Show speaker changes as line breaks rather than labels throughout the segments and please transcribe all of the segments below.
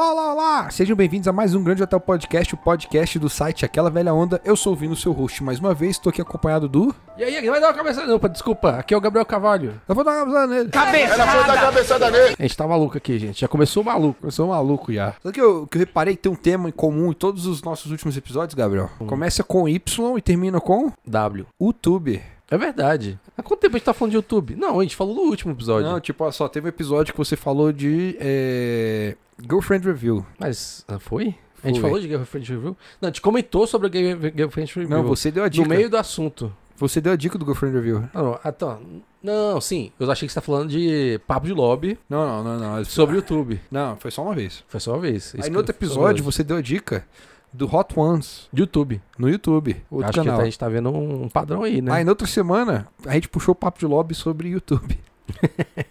Olá, sejam bem-vindos a mais um Grande Hotel Podcast, o podcast do site Aquela Velha Onda. Eu sou o Vino, seu host, mais uma vez, estou aqui acompanhado do...
E aí, vai dar uma cabeçada. Opa, desculpa, aqui é o Gabriel Cavalho.
Eu vou dar uma abusada nele.
Ela foi dar cabeçada nele.
A gente tá maluco aqui, gente. Já começou maluco.
Eu sou um maluco já. Só que eu, que eu reparei que tem um tema em comum em todos os nossos últimos episódios, Gabriel.
Hum.
Começa com Y e termina com
W.
YouTube.
É verdade. Há quanto tempo a gente tá falando de YouTube? Não, a gente falou no último episódio.
Não, tipo, ó, só teve um episódio que você falou de é, Girlfriend Review.
Mas ah, foi? A gente
Foi.
falou de Girlfriend Review? Não, a gente comentou sobre a Game- Girlfriend Review.
Não, você deu a dica.
No meio do assunto.
Você deu a dica do Girlfriend Review.
Não, não, ah, tá. não, sim. Eu achei que você tá falando de papo de lobby
Não, não, não, não.
sobre o YouTube.
Não, foi só uma vez.
Foi só uma vez. Isso
Aí
que
no outro
eu-
episódio
só uma vez.
você deu a dica do Hot Ones
De YouTube.
no YouTube. Outro
Acho
canal.
que a gente tá vendo um padrão aí, né?
Aí na outra semana a gente puxou o papo de lobby sobre YouTube.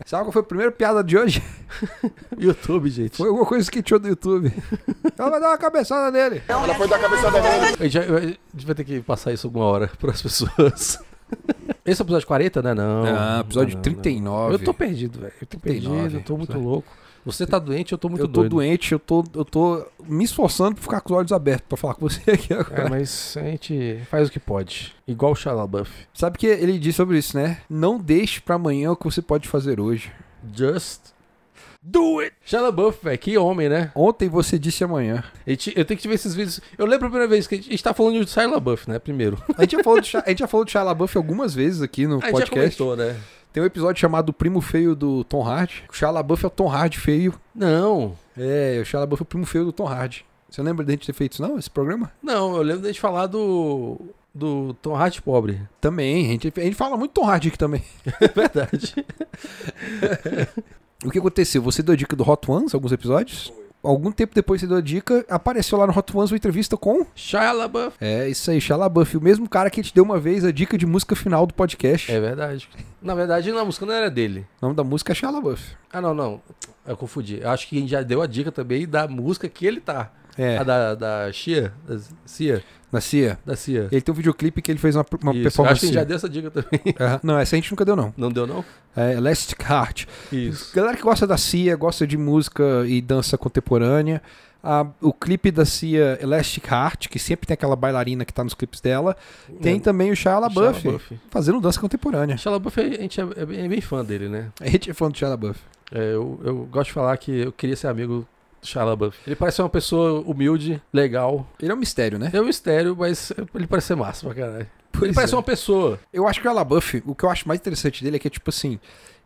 Sabe qual foi a primeira piada de hoje?
YouTube, gente.
Foi alguma coisa que tirou do YouTube. Ela vai dar uma cabeçada nele.
É
Ela foi dar cabeçada nele.
A gente, vai, a gente vai ter que passar isso alguma hora pras pessoas. Esse é o episódio 40, né? Não.
Ah, episódio
não, não,
39.
não. Eu tô perdido, velho. Eu tô
39,
perdido, eu tô muito
sabe?
louco. Você tá doente, eu tô muito
eu tô
doido.
doente, eu tô, eu tô me esforçando pra ficar com os olhos abertos pra falar com você aqui agora.
É, mas a gente faz o que pode. Igual o Shalabuff.
Sabe que ele diz sobre isso, né? Não deixe pra amanhã o que você pode fazer hoje.
Just do it! Shalabuff, velho, que homem, né?
Ontem você disse amanhã.
A gente- eu tenho que te ver esses vídeos. Eu lembro a primeira vez que a gente, a gente tá falando de Shia LaBeouf, né? Primeiro.
A gente já falou do, Sha- a gente já falou do Shia LaBeouf algumas vezes aqui no
A gente já
podcast.
comentou, né?
Tem um episódio chamado O Primo Feio do Tom Hardy. O Shia LaBeouf é o Tom Hardy feio.
Não.
É, o Shia LaBeouf é o primo feio do Tom Hardy. Você lembra de gente ter feito isso, não? Esse programa?
Não, eu lembro da gente falar do. Do Tom Hardy pobre.
Também. A gente, a gente fala muito Tom Hardy aqui também.
É verdade.
O que aconteceu? Você deu a dica do Hot Ones, alguns episódios? Algum tempo depois você deu a dica, apareceu lá no Hot Ones uma entrevista com...
Shia LaBeouf.
É, isso aí, Shia LaBeouf. O mesmo cara que te deu uma vez a dica de música final do podcast.
É verdade. Na verdade, não, a música não era dele.
O nome da música é Shia LaBeouf.
Ah, não, não. Eu confundi. Eu acho que a gente já deu a dica também da música que ele tá.
É,
A da, da Chia? Da Cia?
na CIA.
Da Cia.
Ele tem um videoclipe que ele fez uma, uma assim.
Isso. Eu
performance.
Acho que a gente já deu essa dica também.
Aham. Não, essa a gente nunca deu, não.
Não deu, não?
É, Elastic Heart.
Isso.
Galera que gosta da Cia, gosta de música e dança contemporânea. a- o clipe da Cia Elastic Heart, que sempre tem aquela bailarina que tá nos clipes dela. Tem então também o É. Shia LaBeouf,
LaBeouf.
fazendo dança contemporânea.
Shia LaBeouf, a gente é, é bem, é bem fã dele, né?
A gente é fã do Shia LaBeouf.
É, eu, eu gosto de falar que eu queria ser amigo do Shia LaBeouf. Ele parece ser uma pessoa humilde, legal.
Ele é um mistério, né?
É um mistério, mas ele parece ser massa pra caralho. ele
Pois
parece
é.
uma pessoa.
Eu acho que o Shia LaBeouf, o que eu acho mais interessante dele é que é tipo assim...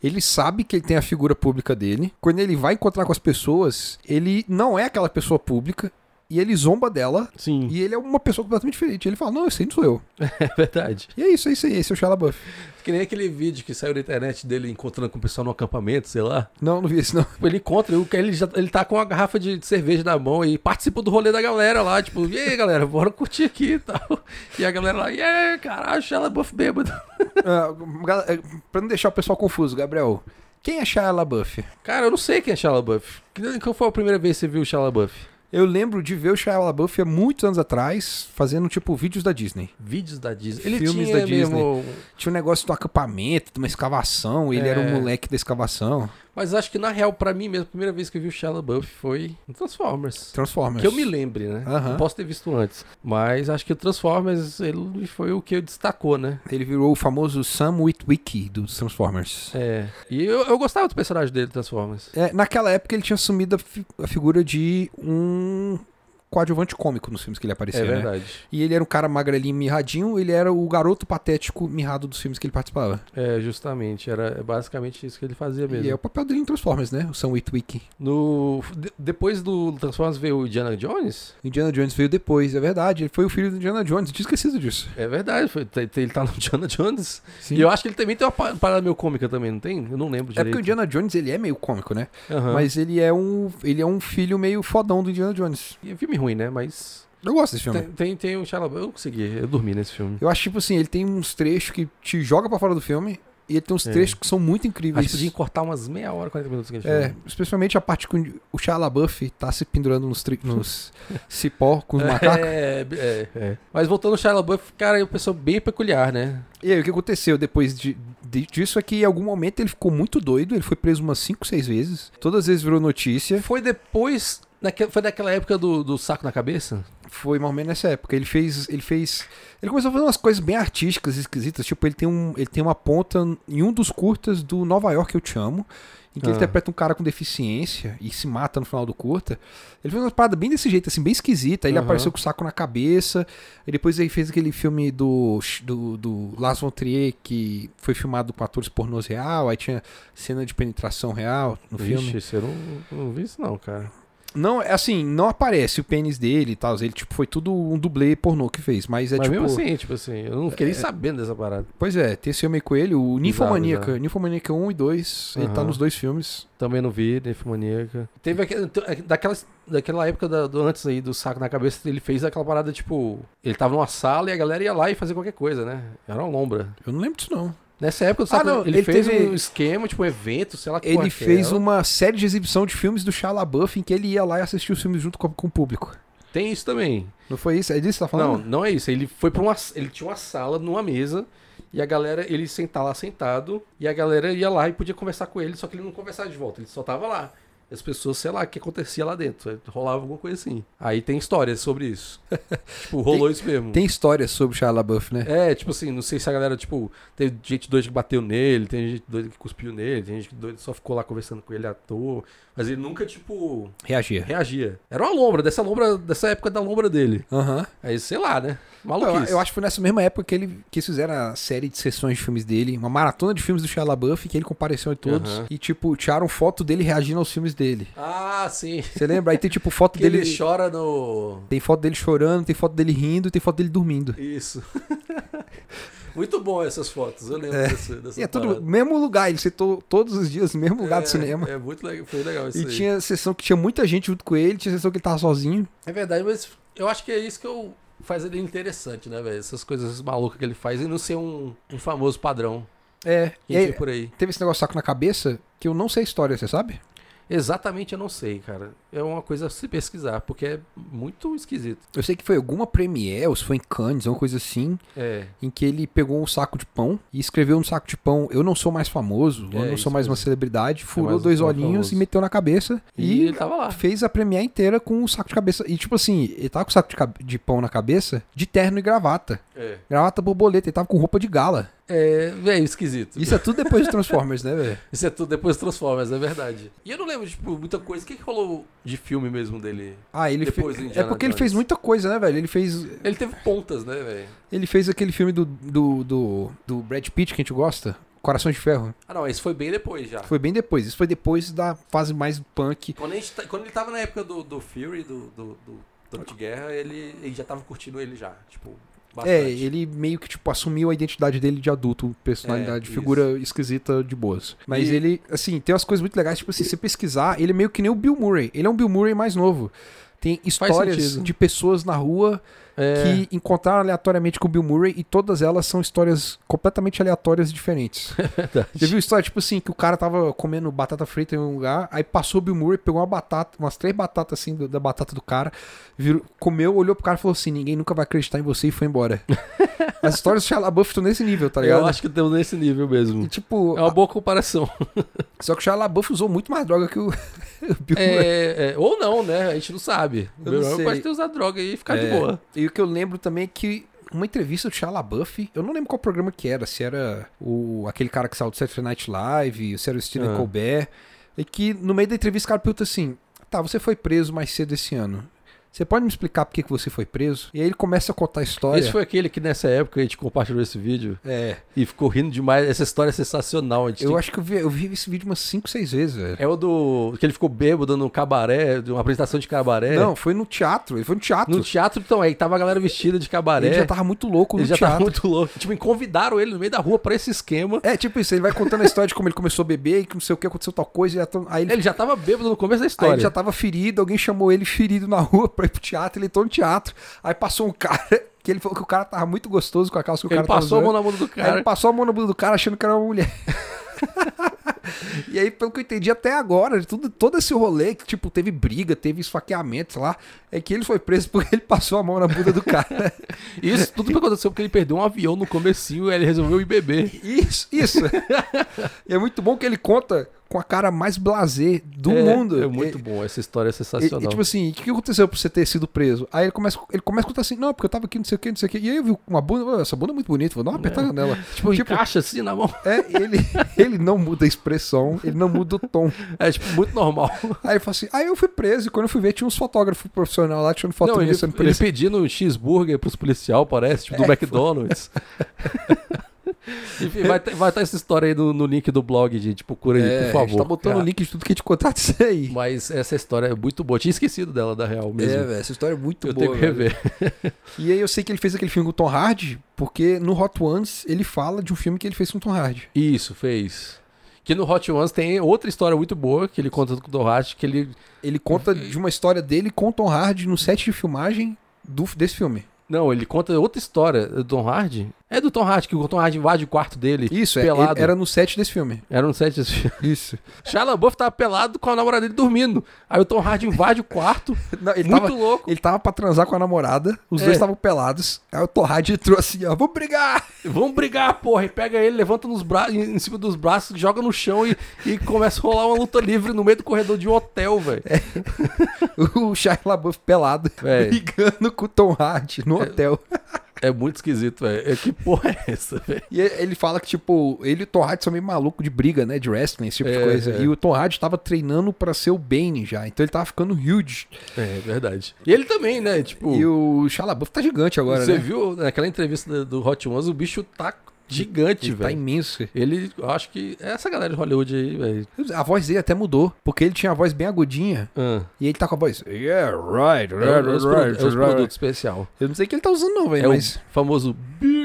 Ele sabe que ele tem a figura pública dele. Quando ele vai encontrar com as pessoas, ele não é aquela pessoa pública. E ele zomba dela.
Sim.
E ele é uma pessoa completamente diferente. Ele fala, não, esse aí não sou eu.
É verdade.
E é isso, é isso aí. Esse é o Shia LaBeouf.
Que nem aquele vídeo que saiu na internet dele encontrando com o pessoal no acampamento, sei lá. Tipo,
Não, não vi esse não.
Ele encontra, o que ele, já, ele tá com uma garrafa de de cerveja na mão e participa do rolê da galera lá, tipo, e aí galera, bora curtir aqui e tal. E a galera lá, e aí, caralho, Shia LaBeouf bêbado.
Ah, gal- eh, pra não deixar o pessoal confuso, Gabriel, quem é Shia LaBeouf?
Cara, eu não sei quem é Shia LaBeouf. Que- Qual foi a primeira vez que você viu o Shia LaBeouf?
Eu lembro de ver o Shia LaBeouf há muitos anos atrás, fazendo, tipo, vídeos da Disney.
Vídeos da Disney. Ele
Filmes
tinha
da
mesmo...
Tinha um negócio do acampamento, de uma escavação, ele
É.
era um moleque da escavação.
Mas acho que, na real, pra mim mesmo, a primeira vez que eu vi o Shia LaBeouf foi em Transformers.
Transformers.
Que eu me lembre, né?
Aham.
Não posso ter visto antes. Mas acho que o Transformers ele foi o que destacou, né?
Ele virou o famoso Sam Witwicky dos Transformers.
É. E eu, eu gostava do personagem dele, Transformers.
É, naquela época ele tinha assumido a, fi- a figura de um coadjuvante cômico nos filmes que ele
É
aparecia, né?
verdade.
E ele era um cara magrelinho, mirradinho, ele era o garoto patético mirrado dos filmes que ele participava.
É, justamente. Era basicamente isso que ele fazia mesmo.
E é o papel dele em Transformers, né? O Sam Witwicky.
No, de- depois do Transformers veio o Indiana Jones?
Indiana Jones veio depois, é verdade. Ele foi o filho do Indiana Jones, eu tinha esquecido disso.
É verdade. foi- te- te- ele tá no Indiana Jones.
Sim.
E eu acho que ele também tem uma pa- parada meio cômica também, não tem? Eu não lembro
É porque
direito.
o Indiana Jones, ele é meio cômico, né?
Aham.
Mas ele é um ele é um filho meio fodão do Indiana Jones.
E é filme ruim, né? Mas...
Eu gosto desse filme.
Tem, tem, tem o Shia LaBeouf. Eu consegui. Eu dormi nesse filme.
Eu acho, tipo assim, ele tem uns trechos que te joga pra fora do filme e ele tem uns
É.
trechos que são muito
Acho
incríveis.
que podia cortar umas meia hora, 40 minutos que a gente
É,
falou.
especialmente a parte que o Shia LaBeouf tá se pendurando nos, tri... nos cipó com os macacos.
É, é, é. Mas voltando ao Shia LaBeouf, cara, é uma pessoa bem peculiar, né?
E aí, o que aconteceu depois de, de- disso é que em algum momento ele ficou muito doido, ele foi preso umas 5, 6 vezes. Todas as vezes virou notícia.
Foi depois Naquela- foi naquela época do, do saco na cabeça?
Foi mais ou menos nessa época. Ele fez. Ele fez. Ele começou a fazer umas coisas bem artísticas, esquisitas. Tipo, ele tem, um, ele tem uma ponta em um dos curtas do Nova York Eu Te Amo. Em que ele
Ah.
interpreta um cara com deficiência e se mata no final do curta. Ele fez uma parada bem desse jeito, assim, bem esquisita. Aí ele
Aham.
apareceu com o saco na cabeça. E depois ele fez aquele filme do, do, do Lars von Trier, que foi filmado com atores pornôs real. Aí tinha cena de penetração real no filme.
Vixe, eu não, não vi isso não, cara.
Não, é assim, não aparece o pênis dele e tal. Ele, tipo, foi tudo um dublê pornô que fez. Mas é
Mas
tipo.
mesmo assim, tipo assim, eu não fiquei nem sabendo dessa parada.
Pois é, tem esse homem coelho, o Ninfomaníaca.
bizarro.
Ninfomaníaca 1 e 2. Ele tá
Aham.
nos dois filmes.
Também não vi, Nefimaníaca. Teve aquele, t- daquelas, daquela época da- do, antes aí do saco na cabeça, ele fez aquela parada, tipo, ele tava numa sala e a galera ia lá e fazia qualquer coisa, né? Era uma lombra.
Eu não lembro disso, não.
Nessa época do saco,
não,
Ah, ele,
ele
fez
teve-
um esquema, tipo, um evento, sei lá que porra
Ele
que
fez
era.
uma série de exibição de filmes do Shia LaBeouf em que ele ia lá e assistia os filmes junto com, com o público.
Tem isso também.
Não foi isso? É disso que você tá
Não,
falando?
não é isso. Ele foi para uma. Ele tinha uma sala numa mesa. E a galera, ele sentava lá sentado. E a galera ia lá e podia conversar com ele. Só que ele não conversava de volta. Ele só tava lá. As pessoas, sei lá, o que acontecia lá dentro. é, Rolava alguma coisa assim. Aí tem histórias sobre isso. tipo, rolou isso mesmo.
Tem histórias sobre o Shia LaBeouf, né?
É, tipo assim, não sei se a galera, tipo, teve gente doida que bateu nele, tem gente doida que cuspiu nele, tem gente que doida que só ficou lá conversando com ele à toa. Mas ele nunca, tipo,
Reagir.
reagia. Era uma lombra, dessa lombra, dessa época da lombra dele.
Aham.
Aí, sei lá, né?
Eu,
Maluquice.
eu acho que foi nessa mesma época que, ele, que eles fizeram a série de sessões de filmes dele, uma maratona de filmes do Shia LaBeouf, que ele compareceu em todos,
Aham.
e tipo, tiraram foto dele reagindo aos filmes dele.
Ah, sim.
Você lembra? Aí tem tipo foto
Que ele
dele.
chora no.
Tem foto dele chorando, tem foto dele rindo, tem foto dele dormindo.
Isso. Muito bom essas fotos, eu lembro dessa, dessa
E é tudo
parada.
mesmo lugar, ele citou todos os dias, mesmo lugar
É,
do cinema.
É muito legal, foi legal isso
e
aí.
tinha sessão que tinha muita gente junto com ele, tinha sessão que ele tava sozinho.
É verdade, mas eu acho que é isso que eu faz ele interessante, né, velho? Essas coisas malucas que ele faz e não ser um, um famoso padrão
É.
que
E
a
aí,
gente vê por aí.
teve esse negócio de saco na cabeça que eu não sei a história, você sabe?
Exatamente, eu não sei, cara. É uma coisa a se pesquisar, porque é muito esquisito.
Eu sei que foi alguma premiere, ou se foi em Cannes, uma coisa assim,
É.
em que ele pegou um saco de pão e escreveu no saco de pão: Eu não sou mais famoso,
É,
eu não
isso
sou mais uma
mesmo.
celebridade. Furou
mais-
dois
mais
olhinhos
famoso.
e meteu na cabeça.
E,
E,
ele tava lá.
Ah. fez a premiere inteira com um saco de cabeça. E tipo assim, ele tava com o saco de, cab- de pão na cabeça, de terno e gravata.
É,
Gravata borboleta, ele tava com roupa de gala.
é velho, esquisito.
Isso é tudo depois de Transformers, né, velho?
Isso é tudo depois Transformers, é verdade. E eu não lembro, tipo, muita coisa. O que, que rolou de filme mesmo dele?
Ah, ele
Depois
fez.
do
É
Indiana
porque ele
Jones.
fez muita coisa, né, velho? Ele fez,
Ele teve pontas, né, velho?
ele fez aquele filme do, do, do, do Brad Pitt que a gente gosta, Coração de Ferro.
Ah, não, esse foi bem depois já.
Foi bem depois. Isso foi depois da fase mais punk.
Quando, a gente tá- quando ele tava na época do, do Fury, do, do, do Tanto de Guerra, ele, ele já tava curtindo ele já. Tipo, bastante.
É, ele meio que, tipo, assumiu a identidade dele de adulto,
É,
personalidade,
isso.
figura esquisita de boas. Mas
E-
ele, assim, tem umas coisas muito legais, tipo assim, se você pesquisar, ele é meio que nem o Bill Murray. Ele é um Bill Murray mais novo. Tem histórias
sentido.
de pessoas na rua
É,
que encontraram aleatoriamente com o Bill Murray e todas elas são histórias completamente aleatórias e diferentes.
É
Já viu história, tipo assim, que o cara tava comendo batata frita em um lugar, aí passou o Bill Murray, pegou uma batata, umas três batatas assim do- da batata do cara, virou, comeu, olhou pro cara e falou assim: ninguém nunca vai acreditar em você e foi embora. As histórias do Shia LaBeouf estão nesse nível, tá ligado?
eu acho que deu nesse nível
E,
mesmo.
tipo,
É uma boa comparação.
a- só que o Shia LaBeouf usou muito mais droga que o, o Bill Murray.
É, é, ou não, né? A gente não sabe.
Eu não
Meu irmão
sei.
pode ter usado droga e ficar de
É.
boa.
E o que eu lembro também é que uma entrevista do Shia LaBeouf, eu não lembro qual programa que era, se era o, aquele cara que saiu do Saturday Night Live, se era o Stephen
Ah.
Colbert, e que no meio da entrevista o cara pergunta assim, tá, você foi preso mais cedo esse ano, você pode me explicar por que, que você foi preso? E aí ele começa a contar a história.
Esse foi aquele que nessa época a gente compartilhou esse vídeo
É,
e ficou rindo demais. Essa história é sensacional. A gente
eu
tem-
acho que eu vi, eu vi esse vídeo umas 5, 6 vezes, velho.
É o do. que ele ficou bêbado no cabaré, de uma apresentação de cabaré.
Não, foi no teatro, ele foi no teatro.
É. No teatro, então, aí tava a galera vestida de cabaré.
Ele já tava muito louco
Ele
no
já
teatro.
tava muito louco. Tipo, e convidaram ele no meio da rua pra esse esquema.
É, tipo isso, ele vai contando a história de como ele começou a beber e que não sei o que aconteceu tal coisa, e ato- aí ele
Ele já tava bêbado no começo da
Aí
história.
ele já tava ferido, alguém chamou ele ferido na rua pra ir pro teatro, ele entrou no teatro. Aí passou um cara que ele falou que o cara tava muito gostoso com a calça que o
Ele
cara tava É.
passou a mão
usando.
na mão do
Aí
cara.
ele passou a mão na bunda do cara achando que era uma mulher. e aí, pelo que eu entendi até agora, de tudo, todo esse rolê que, tipo, teve briga, teve esfaqueamento, sei lá, é que ele foi preso porque ele passou a mão na bunda do cara.
Isso tudo aconteceu porque ele perdeu um avião no comecinho e aí ele resolveu ir beber.
Isso, isso. e é muito bom que ele conta com a cara mais blazer do
É,
mundo.
É muito bom, essa história é
E-
sensacional.
E, tipo assim, o que que aconteceu pra você ter sido preso? Aí ele começa, ele começa a contar assim, não, porque eu tava aqui, não sei o que, não sei o que. E aí eu vi uma bunda, "Ô, essa bunda é muito bonita, vou dar uma apertada nela.
tipo,
tipo-
encaixa assim na mão.
É, ele, ele não muda a expressão, ele não muda o tom.
É, tipo, muito normal.
Aí ele fala assim, aí eu fui preso, e quando eu fui ver, tinha uns fotógrafos profissionais lá tirando foto
Não,
minha
ele,
sendo
ele
preso.
pedindo um cheeseburger pros policial, parece, tipo, do McDonald's. Enfim, vai estar essa história aí no, no link do blog, gente. Procura
É,
aí, por favor.
a gente tá botando o
É.
link de tudo que a gente contar disso aí.
Mas essa história é muito boa. Eu tinha esquecido dela, da real mesmo.
É, velho, essa história é muito
eu
boa.
tenho que
velho.
rever.
E aí eu sei que ele fez aquele filme com o Tom Hardy, porque no Hot Ones ele fala de um filme que ele fez com o Tom Hardy.
Isso, fez. Que no Hot Ones tem outra história muito boa que ele conta com o Dorhat, que ele.
Ele conta
Uhum.
de uma história dele com o Tom Hardy no set de filmagem do, desse filme.
Não, ele conta outra história do Tom Hardy. É do Tom Hardy, que o Tom Hardy invade o quarto dele.
Isso, é,
pelado.
ele era no set desse filme.
Era um set desse filme.
Isso.
Shia LaBeouf tava tá pelado com a namorada dele dormindo. Aí o Tom Hardy invade o quarto.
ele
muito
tava,
louco.
Ele tava pra transar com a namorada, os
É.
dois estavam pelados. Aí o Tom Hardy entrou assim, ó, vamos brigar!
Vamos brigar, porra. E pega ele, levanta nos bra... em em cima dos braços, joga no chão e, e começa a rolar uma luta livre no meio do corredor de um hotel, velho.
O Shia LaBeouf pelado,
Véi.
brigando com o Tom Hardy no hotel.
É muito esquisito, velho. É, Que porra é essa, velho?
E ele fala que, tipo, ele e o Tom Hardy são meio maluco de briga, né? De wrestling, esse tipo de
É,
coisa.
é.
E o Tom Hardy tava treinando pra ser o Bane já. Então ele tava ficando huge.
É verdade. E ele também, né? Tipo,
E o Shia LaBeouf tá gigante agora,
você
né?
viu naquela entrevista da- do Hot Ones, o bicho tá gigante,
Ele tá
velho.
imenso.
Ele, eu acho que é essa galera de Hollywood aí, velho.
A voz dele até mudou, porque ele tinha a voz bem agudinha.
Ah,
E ele tá com a voz. Yeah, right, right,
é, o- é os, produ-
right,
é os
right."
produtos especial.
Eu não sei o que ele tá usando, não, velho,
É
mas.
o famoso Beer.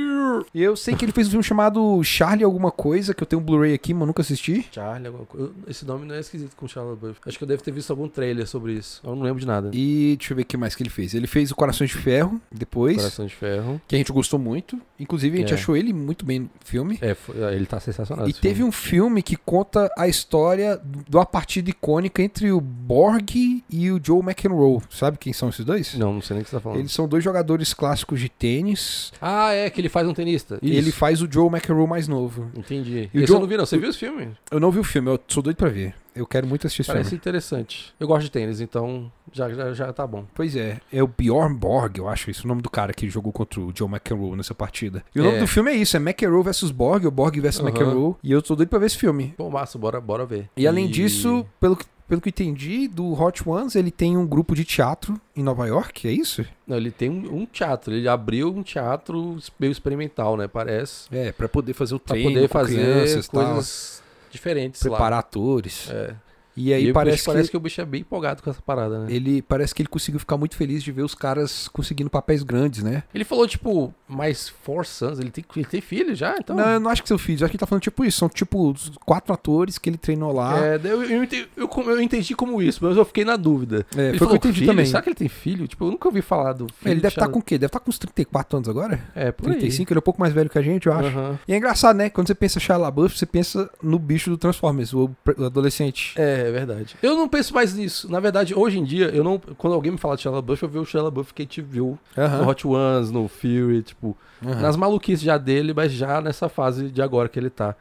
E eu sei que ele fez um filme chamado Charlie Alguma Coisa, que eu tenho um Blu-ray aqui, mas eu nunca assisti.
Charlie, alguma coisa. Esse nome não é esquisito com Charlie LaBeouf. Acho que eu devo ter visto algum trailer sobre isso. Eu não lembro de nada.
E deixa eu ver o que mais que ele fez. Ele fez o Corações de Ferro, depois,
Coração de Ferro.
que a gente gostou muito. Inclusive, a gente
É.
achou ele muito bem no filme.
É, foi- ele tá sensacional.
e
esse
teve
filme.
um filme que conta a história de uma partida icônica entre o Borg e o Joe McEnroe. Sabe quem são esses dois?
Não, não sei nem o que você tá falando.
Eles são dois jogadores clássicos de tênis.
Ah, é, que ele faz um tenista.
E ele faz o Joe McEnroe mais novo.
Entendi.
E o
Esse
John-
eu não vi, não. Você viu esse filme?
Eu não vi o filme, eu sou doido pra ver. Eu quero muito assistir esse
Parece
filme.
interessante. Eu gosto de tênis, então já, já, já tá bom.
Pois é, é o Bjorn Borg, eu acho isso, o nome do cara que jogou contra o John McEnroe nessa partida. E o nome
É.
do filme é isso, é McEnroe versus Borg, ou Borg versus
Aham.
McEnroe, e eu tô doido pra ver esse filme.
Bom, massa, bora, bora ver.
E além disso, pelo que, pelo que eu entendi, do Hot Ones, ele tem um grupo de teatro em Nova York, é isso?
Não, ele tem um, um teatro. Ele abriu um teatro meio experimental, né? Parece.
É, pra poder fazer o
Pra
treino
poder
com
fazer
crianças, tal,
coisas diferentes
preparar
lá.
atores.
É.
E aí
E o
parece,
bicho-
que,
parece que o bicho é bem empolgado com essa parada, né?
ele parece que ele conseguiu ficar muito feliz de ver os caras conseguindo papéis grandes, né?
Ele falou, tipo, mais Four Sons. Ele tem, ele tem filho já? Então.
Não, eu não acho que seu filho, eu acho que ele tá falando tipo isso, são tipo os quatro atores que ele treinou lá.
É, eu, eu, entendi, eu, como- eu entendi como isso, mas eu fiquei na dúvida.
É, foi o
Ele
que eu
falou,
entendi
filho?
também.
Será que ele tem filho? Tipo, eu nunca ouvi falar do filho.
Ele
de
deve estar
Charlie-
com o quê? Deve estar com uns 34 anos agora?
É, por
35, ele é um pouco mais velho que a gente, eu
aí.
acho.
Aham.
E é engraçado, né? Quando você pensa Shia LaBeouf, você pensa no bicho do Transformers, o pre- o adolescente.
É, é verdade. Eu não penso mais nisso. Na verdade, hoje em dia, eu não. Quando alguém me fala de Shia LaBeouf, eu vejo o Shia LaBeouf que a gente viu no Hot Ones, no Fury, tipo,
Aham.
nas maluquices já dele, mas já nessa fase de agora que ele tá.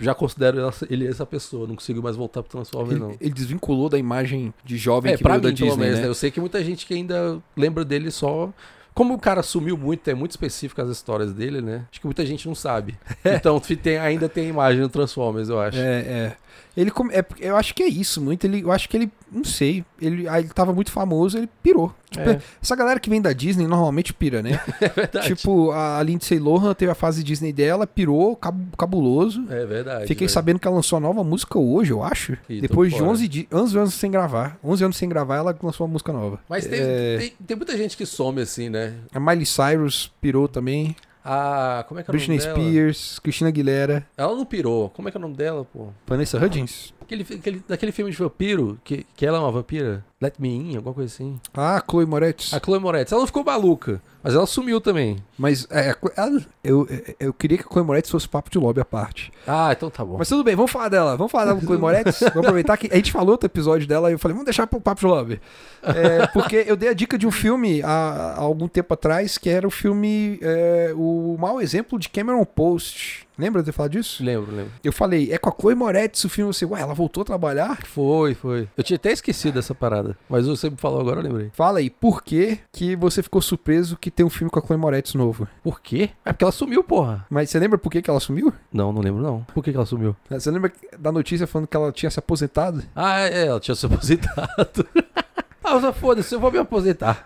Já considero ela- ele essa pessoa, não consigo mais voltar pro Transformers, não.
Ele, ele desvinculou da imagem de jovem
É,
que
pra
veio
mim,
da
pelo
Disney,
menos,
né?
né? Eu sei que muita gente que ainda lembra dele só... Como o cara sumiu muito, é muito específico as histórias dele, né? Acho que muita gente não sabe. Então fi- tem- ainda tem a imagem do Transformers, eu acho.
É, é. Ele come- é, porque eu acho que é isso, muito. Ele, eu acho que ele, não sei, ele, aí ele tava muito famoso, ele pirou. Tipo,
É.
Essa galera que vem da Disney normalmente pira, né?
verdade.
tipo, a Lindsay Lohan teve a fase Disney dela, pirou, cab- cabuloso.
É verdade.
Fiquei
velho.
sabendo que ela lançou a nova música hoje, eu acho.
Ih, tô
Depois de
fora.
11, di- 11 anos sem gravar. 11 anos sem gravar, ela lançou uma música nova. É,
Mas tem, tem- tem muita gente que some assim, né?
A Miley Cyrus pirou também.
A... Como é que é o
Britney
nome dela?
Spears, Cristina Aguilera,
Ela não pirou. Como é que é o nome dela, pô?
Vanessa Hudgens.
Aquele, fi- aquele- daquele filme de vampiro, que, que ela é uma vampira? Let Me In, alguma coisa assim.
Ah, Chloe Moretz.
A Chloe Moretz. Ela não ficou maluca, mas ela sumiu também.
Mas é, a Chlo- ela- eu, é, eu queria que a Chloe Moretz fosse papo de lobby à parte.
Ah, então tá bom.
Mas tudo bem, vamos falar dela. Vamos falar da Chloe Moretz. vamos aproveitar que a gente falou outro episódio dela e eu falei, vamos deixar pro papo de lobby. É, porque eu dei a dica de um filme há, há algum tempo atrás que era o filme é, O Mau Exemplo de Cameron Post. Lembra de eu ter falado disso?
Lembro, lembro.
Eu falei, é com a Chloe Moretz o filme, você, ué, ela voltou a trabalhar?
Foi, foi. Eu tinha até esquecido dessa parada, mas você me falou agora, eu lembrei.
Fala aí, por que que você ficou surpreso que tem um filme com a Chloe Moretz novo?
Por quê? É porque ela sumiu, porra.
Mas você lembra por que que ela sumiu?
Não, não lembro não. Por que, que ela sumiu?
Você lembra da notícia falando que ela tinha se aposentado?
Ah, é, ela tinha se aposentado. ah, só foda-se, eu vou me aposentar.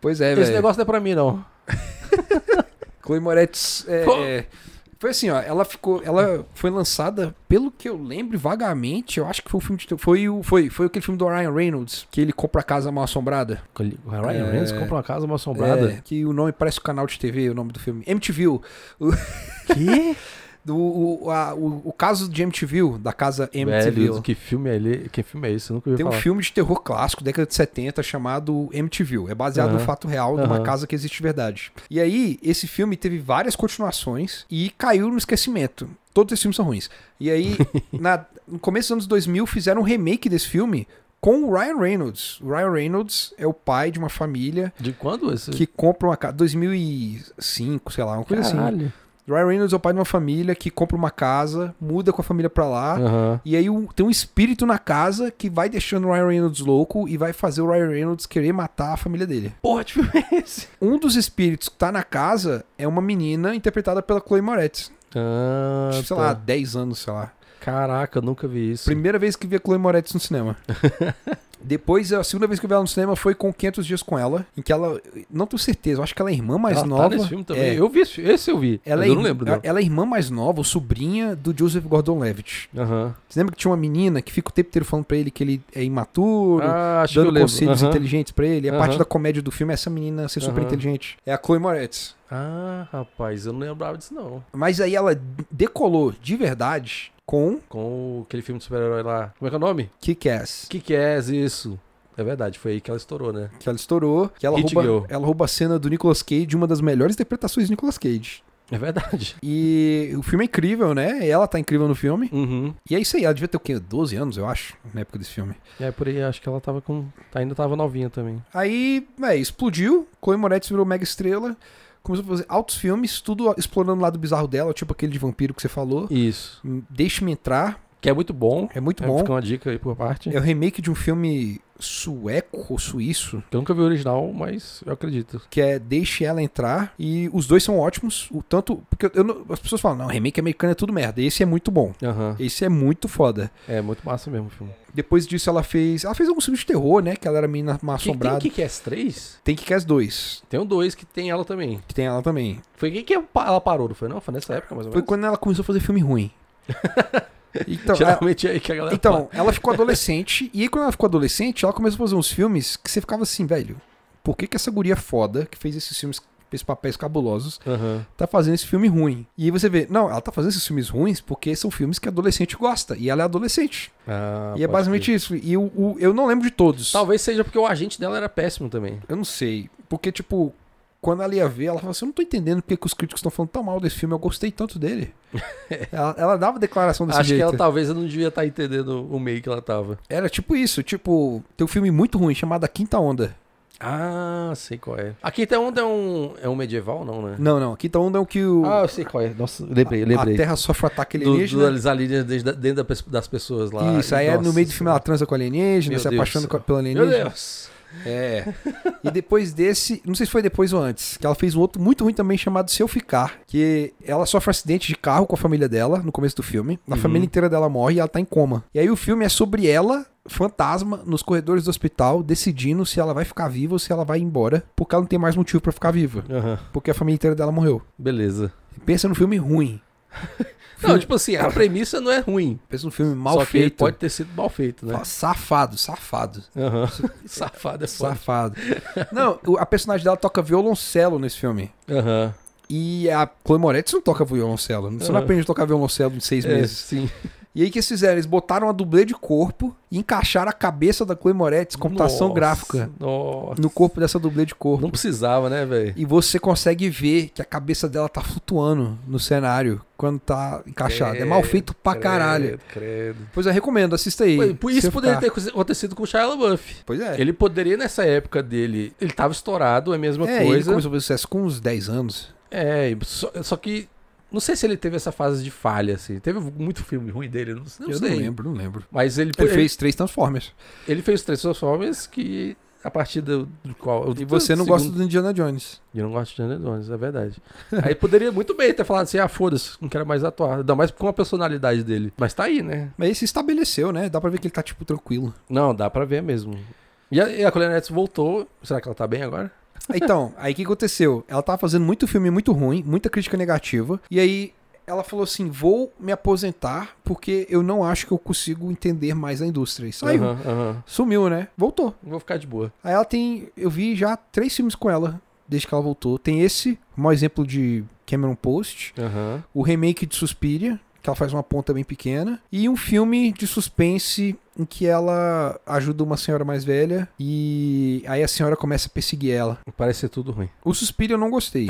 Pois é,
Esse
velho.
negócio não é pra mim, não.
Chloe Moretz é,
Co-
é, foi assim, ó, ela ficou, ela foi lançada, pelo que eu lembro vagamente, eu acho que foi o filme de, foi o foi foi aquele filme do Ryan Reynolds, que ele compra a casa mal assombrada.
O Ryan
É.
Reynolds compra uma casa mal assombrada.
É, que o nome parece o canal de TV, o nome do filme. MTV. O,
Que?
do- o, a- o, o caso de MTV, da casa MTV.
Velho, que filme é ele? Que filme é esse? Eu nunca ouvi
Tem um
falar.
filme de terror clássico, década de 70, chamado MTV. É baseado no
Aham.
fato real de uma
Aham.
casa que existe de verdade. E aí, esse filme teve várias continuações e caiu no esquecimento. Todos esses filmes são ruins. E aí, na- no começo dos anos 2000, fizeram um remake desse filme com o Ryan Reynolds. O Ryan Reynolds é o pai de uma família
De quando esse?
que compra uma casa. 2005, sei lá, uma coisa assim.
Caralho.
O Ryan Reynolds é o pai de uma família que compra uma casa, muda com a família pra lá.
Aham.
E aí um- tem um espírito na casa que vai deixando o Ryan Reynolds louco e vai fazer o Ryan Reynolds querer matar a família dele.
Porra, que filme é esse?
Um dos espíritos que tá na casa é uma menina interpretada pela Chloe Moretz. Tipo,
Ah,
sei
tá.
lá, 10 anos, sei lá.
Caraca, eu nunca vi isso.
Primeira vez que vi a Chloe Moretz no cinema. Depois, a segunda vez que eu vi ela no cinema foi com 500 Dias com Ela, em que ela, não tenho certeza, eu acho que ela é a irmã mais
Ela tá
nova.
nesse filme também.
É.
Eu vi esse, esse eu vi.
Ela
mas
é,
eu não
irmã-
lembro dela.
ela é a irmã mais nova, ou sobrinha do Joseph Gordon-Levitt.
Aham.
Você lembra que tinha uma menina que fica o tempo inteiro falando pra ele que ele é imaturo,
Ah, acho que eu
dando
lembro.
conselhos
Aham.
inteligentes pra ele. A
Aham.
parte da comédia do filme é essa menina ser super
Aham.
inteligente. É a Chloe Moretz.
Ah, rapaz, eu não lembrava disso não.
Mas aí ela decolou de verdade com
Com o- aquele filme de super-herói lá. Como é que é o nome?
Kick-Ass.
Que que é isso? É verdade, foi aí que ela estourou, né?
Que ela estourou, que ela
Hit Girl.
rouba, ela rouba a cena do Nicolas Cage, uma das melhores interpretações do Nicolas Cage.
É verdade.
E o filme é incrível, né? Ela tá incrível no filme.
Uhum.
E é isso aí, ela devia ter o quê? 12 anos, eu acho, na época desse filme.
E aí por aí acho que ela tava com. Ainda tava novinha também.
Aí, véi, explodiu. Chloe Moretz virou mega estrela. Começou a fazer altos filmes, tudo explorando o lado bizarro dela, tipo aquele de vampiro que você falou.
Isso.
Deixe-me entrar,
Que é muito bom.
É muito
É,
bom.
Fica uma dica aí por parte.
É o remake de um filme sueco ou suíço,
Eu nunca vi o original, mas eu acredito.
que é Deixe Ela Entrar. E os dois são ótimos. O tanto. Porque eu não- as pessoas falam, não, remake americano é tudo merda. Esse é muito bom.
Aham.
Esse é muito foda.
É muito massa mesmo o filme.
Depois disso, ela fez. Ela fez alguns filmes de terror, né? Que ela era menina mal assombrada.
Que, tem o que que é? As três?
Tem que as dois,
Tem um dois que tem ela também.
que tem ela também.
Foi quem que ela parou, não foi? Não, foi nessa época mais ou
Foi
menos.
quando ela começou a fazer filme ruim. Então, a-
Geralmente é aí que a galera.
Então, ela ficou adolescente, e aí quando ela ficou adolescente, ela começou a fazer uns filmes que você ficava assim, velho, por que que essa guria foda, que fez esses filmes, esses papéis cabulosos,
fala. Aham.
tá fazendo esse filme ruim? E aí você vê, não, ela tá fazendo esses filmes ruins porque são filmes que adolescente gosta, e ela é adolescente.
Ah,
e é
pode
basicamente
crer.
isso, e o, o- eu não lembro de todos.
Talvez seja porque o agente dela era péssimo também.
Eu não sei, porque tipo... Quando ela ia ver, ela falava assim: Eu não tô entendendo porque que os críticos estão falando tão mal desse filme, eu gostei tanto dele. ela, ela dava declaração desse
Acho
jeito.
que ela tá talvez eu não devia estar entendendo o meio que ela tava.
Era tipo isso, tipo, tem um filme muito ruim chamado A Quinta Onda.
Ah, sei qual é. Aqui tem um, é um. É um medieval, não, né?
Não, não, A Quinta Onda é o que o,
Ah, eu sei qual é. Nossa, lembrei,
a
lembrei.
Terra sofre um ataque
Do, do,
alienígena.
dos alienígenas desde- dentro da pes- das pessoas lá.
Isso, aí é
Nossa
no meio do filme ela
Senhora.
transa com alienígena,
Meu
se
Deus
apaixona
do céu.
com- pelo
Meu
alienígena.
Deus.
É. e depois desse, não sei se foi depois ou antes, que ela fez um outro muito ruim também chamado Se Eu Ficar, que ela sofre um acidente de carro com a família dela no começo do filme.
Uhum.
A família inteira dela morre e ela tá em coma. E aí o filme é sobre ela, fantasma, nos corredores do hospital, decidindo se ela vai ficar viva ou se ela vai embora, porque ela não tem mais motivo pra ficar viva,
Aham.
porque a família inteira dela morreu.
Beleza.
Pensa num filme ruim.
Não, tipo assim, a premissa não é ruim.
Pensa num filme mal
só que ele
feito.
pode ter sido mal feito, né?
Fala, Safado, safado.
Aham. Safado é foda.
Safado. Não, o- a personagem dela toca violoncelo nesse filme.
Aham.
E a Chloe Moretz não toca violoncelo. Você não
Ah.
aprende a tocar violoncelo em seis
É,
meses.
sim.
E aí o que eles fizeram? Eles botaram a dublê de corpo e encaixaram a cabeça da Chloe Moretz, computação
Nossa,
gráfica,
Nossa.
no corpo dessa dublê de corpo.
Não precisava, né, velho?
E você consegue ver que a cabeça dela tá flutuando no cenário quando tá encaixada. É mal feito pra caralho.
Credo.
Pois eu recomendo, assista aí.
Por isso
Se
poderia
ficar.
ter aconte- acontecido com o Shia LaBeouf.
Pois é.
Ele poderia, nessa época dele, ele tava estourado, é a mesma
é, ele
coisa.
começou a fazer sucesso com uns 10 anos.
É, e só, só que Não sei se ele teve essa fase de falha, assim. Teve muito filme ruim dele, não, não
eu
sei.
não lembro, não lembro.
Mas ele,
Ele
ele-
fez três Transformers.
ele fez três Transformers que a partir do, do qual.
E você não gosta
do.
do Indiana Jones.
Eu não gosto de Indiana Jones, é verdade. Aí poderia muito bem ter falado assim: ah, foda-se, não quero mais atuar. Ainda mais com a personalidade dele. Mas tá aí, né?
Mas ele se estabeleceu, né? Dá pra ver que ele tá, tipo, tranquilo.
Não, dá pra ver mesmo. E a, e a Colleen Edson voltou. Será que ela tá bem agora?
Então, aí o que aconteceu? Ela tava fazendo muito filme muito ruim, muita crítica negativa. E aí ela falou assim: vou me aposentar porque eu não acho que eu consigo entender mais a indústria. E saiu.
Aham, aham.
Sumiu, né? Voltou.
Vou ficar de boa.
Aí ela tem. Eu vi já três filmes com ela desde que ela voltou. Tem esse, o maior exemplo de Cameron Post,
Aham.
o remake de Suspiria, que ela faz uma ponta bem pequena, e um filme de suspense em que ela ajuda uma senhora mais velha e aí a senhora começa a perseguir ela.
Parece ser tudo ruim.
O Suspiro eu não gostei.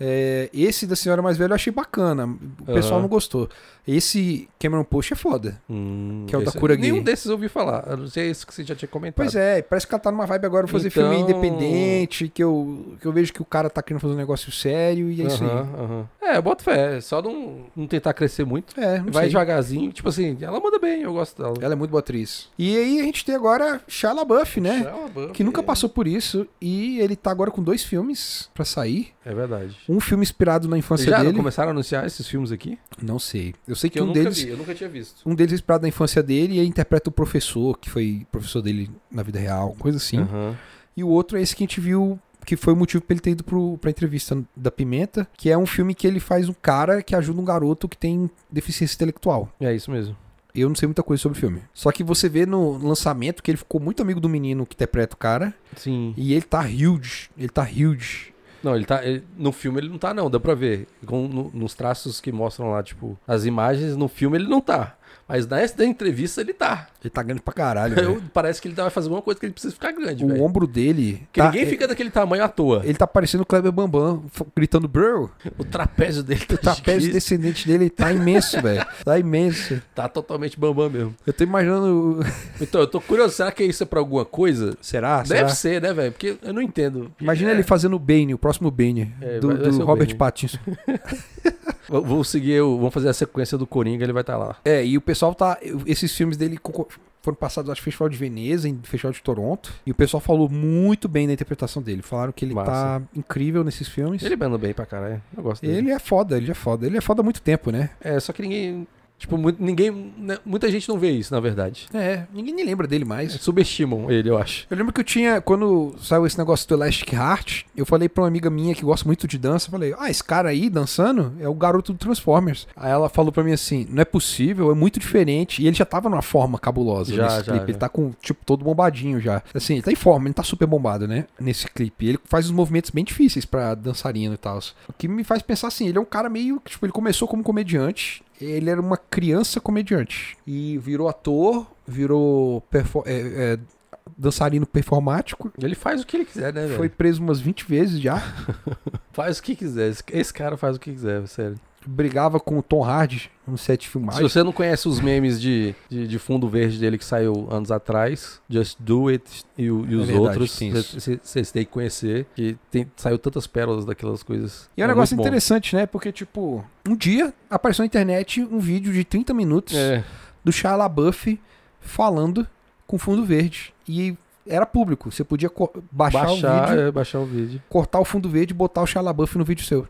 É, esse da senhora mais velha eu achei bacana. O pessoal
Aham.
não gostou. Esse Cameron Post é foda.
Hum,
Que é o da
esse-
Cura Gay.
Nenhum desses eu ouvi falar. A não ser esse que você já tinha comentado.
Pois é, parece que ela tá numa vibe agora de fazer
Ah. Então-
filme independente, que eu, que eu vejo que o cara tá querendo fazer um negócio sério e é isso aí.
Aham, aham. É, eu boto fé. Só não, não tentar crescer muito.
É, não
Vai
sei.
devagarzinho. Tipo assim, ela manda bem, eu gosto dela.
Ela é muito boa atriz. E aí a gente tem agora Shia LaBeouf, né?
Ela é boa,
Que nunca
é.
passou por isso e ele tá agora com dois filmes pra sair.
É verdade.
Um filme inspirado na infância
Já
dele.
começaram a anunciar esses filmes aqui?
Não sei. Eu sei que,
Que eu
um
nunca
deles
vi, eu nunca tinha visto.
Um deles é inspirado na infância dele e ele interpreta o professor, que foi professor dele na vida real, uma coisa assim.
Aham.
E o outro é esse que a gente viu, que foi o motivo pra ele ter ido pro, pra entrevista da Pimenta, que é um filme que ele faz um cara que ajuda um garoto que tem deficiência intelectual.
É isso mesmo.
Eu não sei muita coisa sobre o filme. Só que você vê no lançamento que ele ficou muito amigo do menino que interpreta o cara,
Sim.
e ele tá huge, ele tá huge.
Não, ele tá. ele- no filme ele não tá, não, dá pra ver. Com- no- nos traços que mostram lá, tipo, as imagens, no filme ele não tá. Mas nessa da entrevista ele tá.
Ele tá grande pra caralho. velho.
Eu- parece que ele tá- vai fazer alguma coisa que ele precisa ficar grande,
O
velho.
ombro dele.
Porque
tá-
ninguém fica daquele tamanho à toa.
Ele tá parecendo o Kleber Bambam, f- gritando Bro.
O trapézio dele tá,
O trapézio
gigante,
descendente dele tá imenso, velho. Tá imenso.
tá totalmente bambam mesmo.
Eu tô imaginando.
Então, eu tô curioso, será que isso é pra alguma coisa?
Ah, Será?
Deve ser, né, velho? Porque eu não entendo.
Imagina ele fazendo o Bane, o próximo Bane,
É,
do,
vai- vai
do
ser o
Robert
Bane.
Pattinson.
V- Vou seguir, o- vamos fazer a sequência do Coringa, ele vai estar lá.
É, e o pessoal tá. Esses filmes dele co- foram passados, acho, no Festival de Veneza, em Festival de Toronto. E o pessoal falou muito bem da interpretação dele. Falaram que ele
Massa.
tá incrível nesses filmes.
Ele
Ele...
manda bem pra caralho. Eu gosto dele.
é foda, ele é foda. Ele é foda há muito tempo, né?
É, só que ninguém. Tipo, muito, ninguém. né, muita gente não vê isso, na verdade.
É, ninguém nem lembra dele mais.
Subestimam ele, eu acho.
Eu lembro que eu tinha, quando saiu esse negócio do Elastic Heart, eu falei pra uma amiga minha que gosta muito de dança, eu falei, ah, esse cara aí dançando é o garoto do Transformers. Aí ela falou pra mim assim, não é possível, é muito diferente. E ele já tava numa forma cabulosa
Já,
nesse
já,
clipe,
já.
ele tá com, tipo, todo bombadinho já. Assim, ele tá em forma, ele tá super bombado, né, nesse clipe. Ele faz uns movimentos bem difíceis pra dançarino e tal. O que me faz pensar assim, ele é um cara meio, que, tipo, ele começou como comediante, ele era uma criança comediante. E virou ator, virou... perfo- é, é, dançarino performático.
Ele faz o que ele quiser, né, velho?
Foi preso umas 20 vezes já.
Faz o que quiser. Esse, esse cara faz o que quiser, sério.
Brigava com o Tom Hardy no set de
Se
filmagem.
você não conhece os memes de, de, de fundo verde dele que saiu anos atrás, Just Do It e, o- e
É
os
verdade,
outros,
tem isso.
vocês têm que conhecer. Que tem, saiu tantas pérolas daquelas coisas.
E é um negócio
muito bom.
interessante, né? Porque, tipo, um dia apareceu na internet um vídeo de 30 minutos
É.
do Shia LaBeouf falando com fundo verde. E era público. Você podia co- baixar, o vídeo,
é, baixar o vídeo.
cortar o fundo verde e botar o Shia LaBeouf no vídeo seu.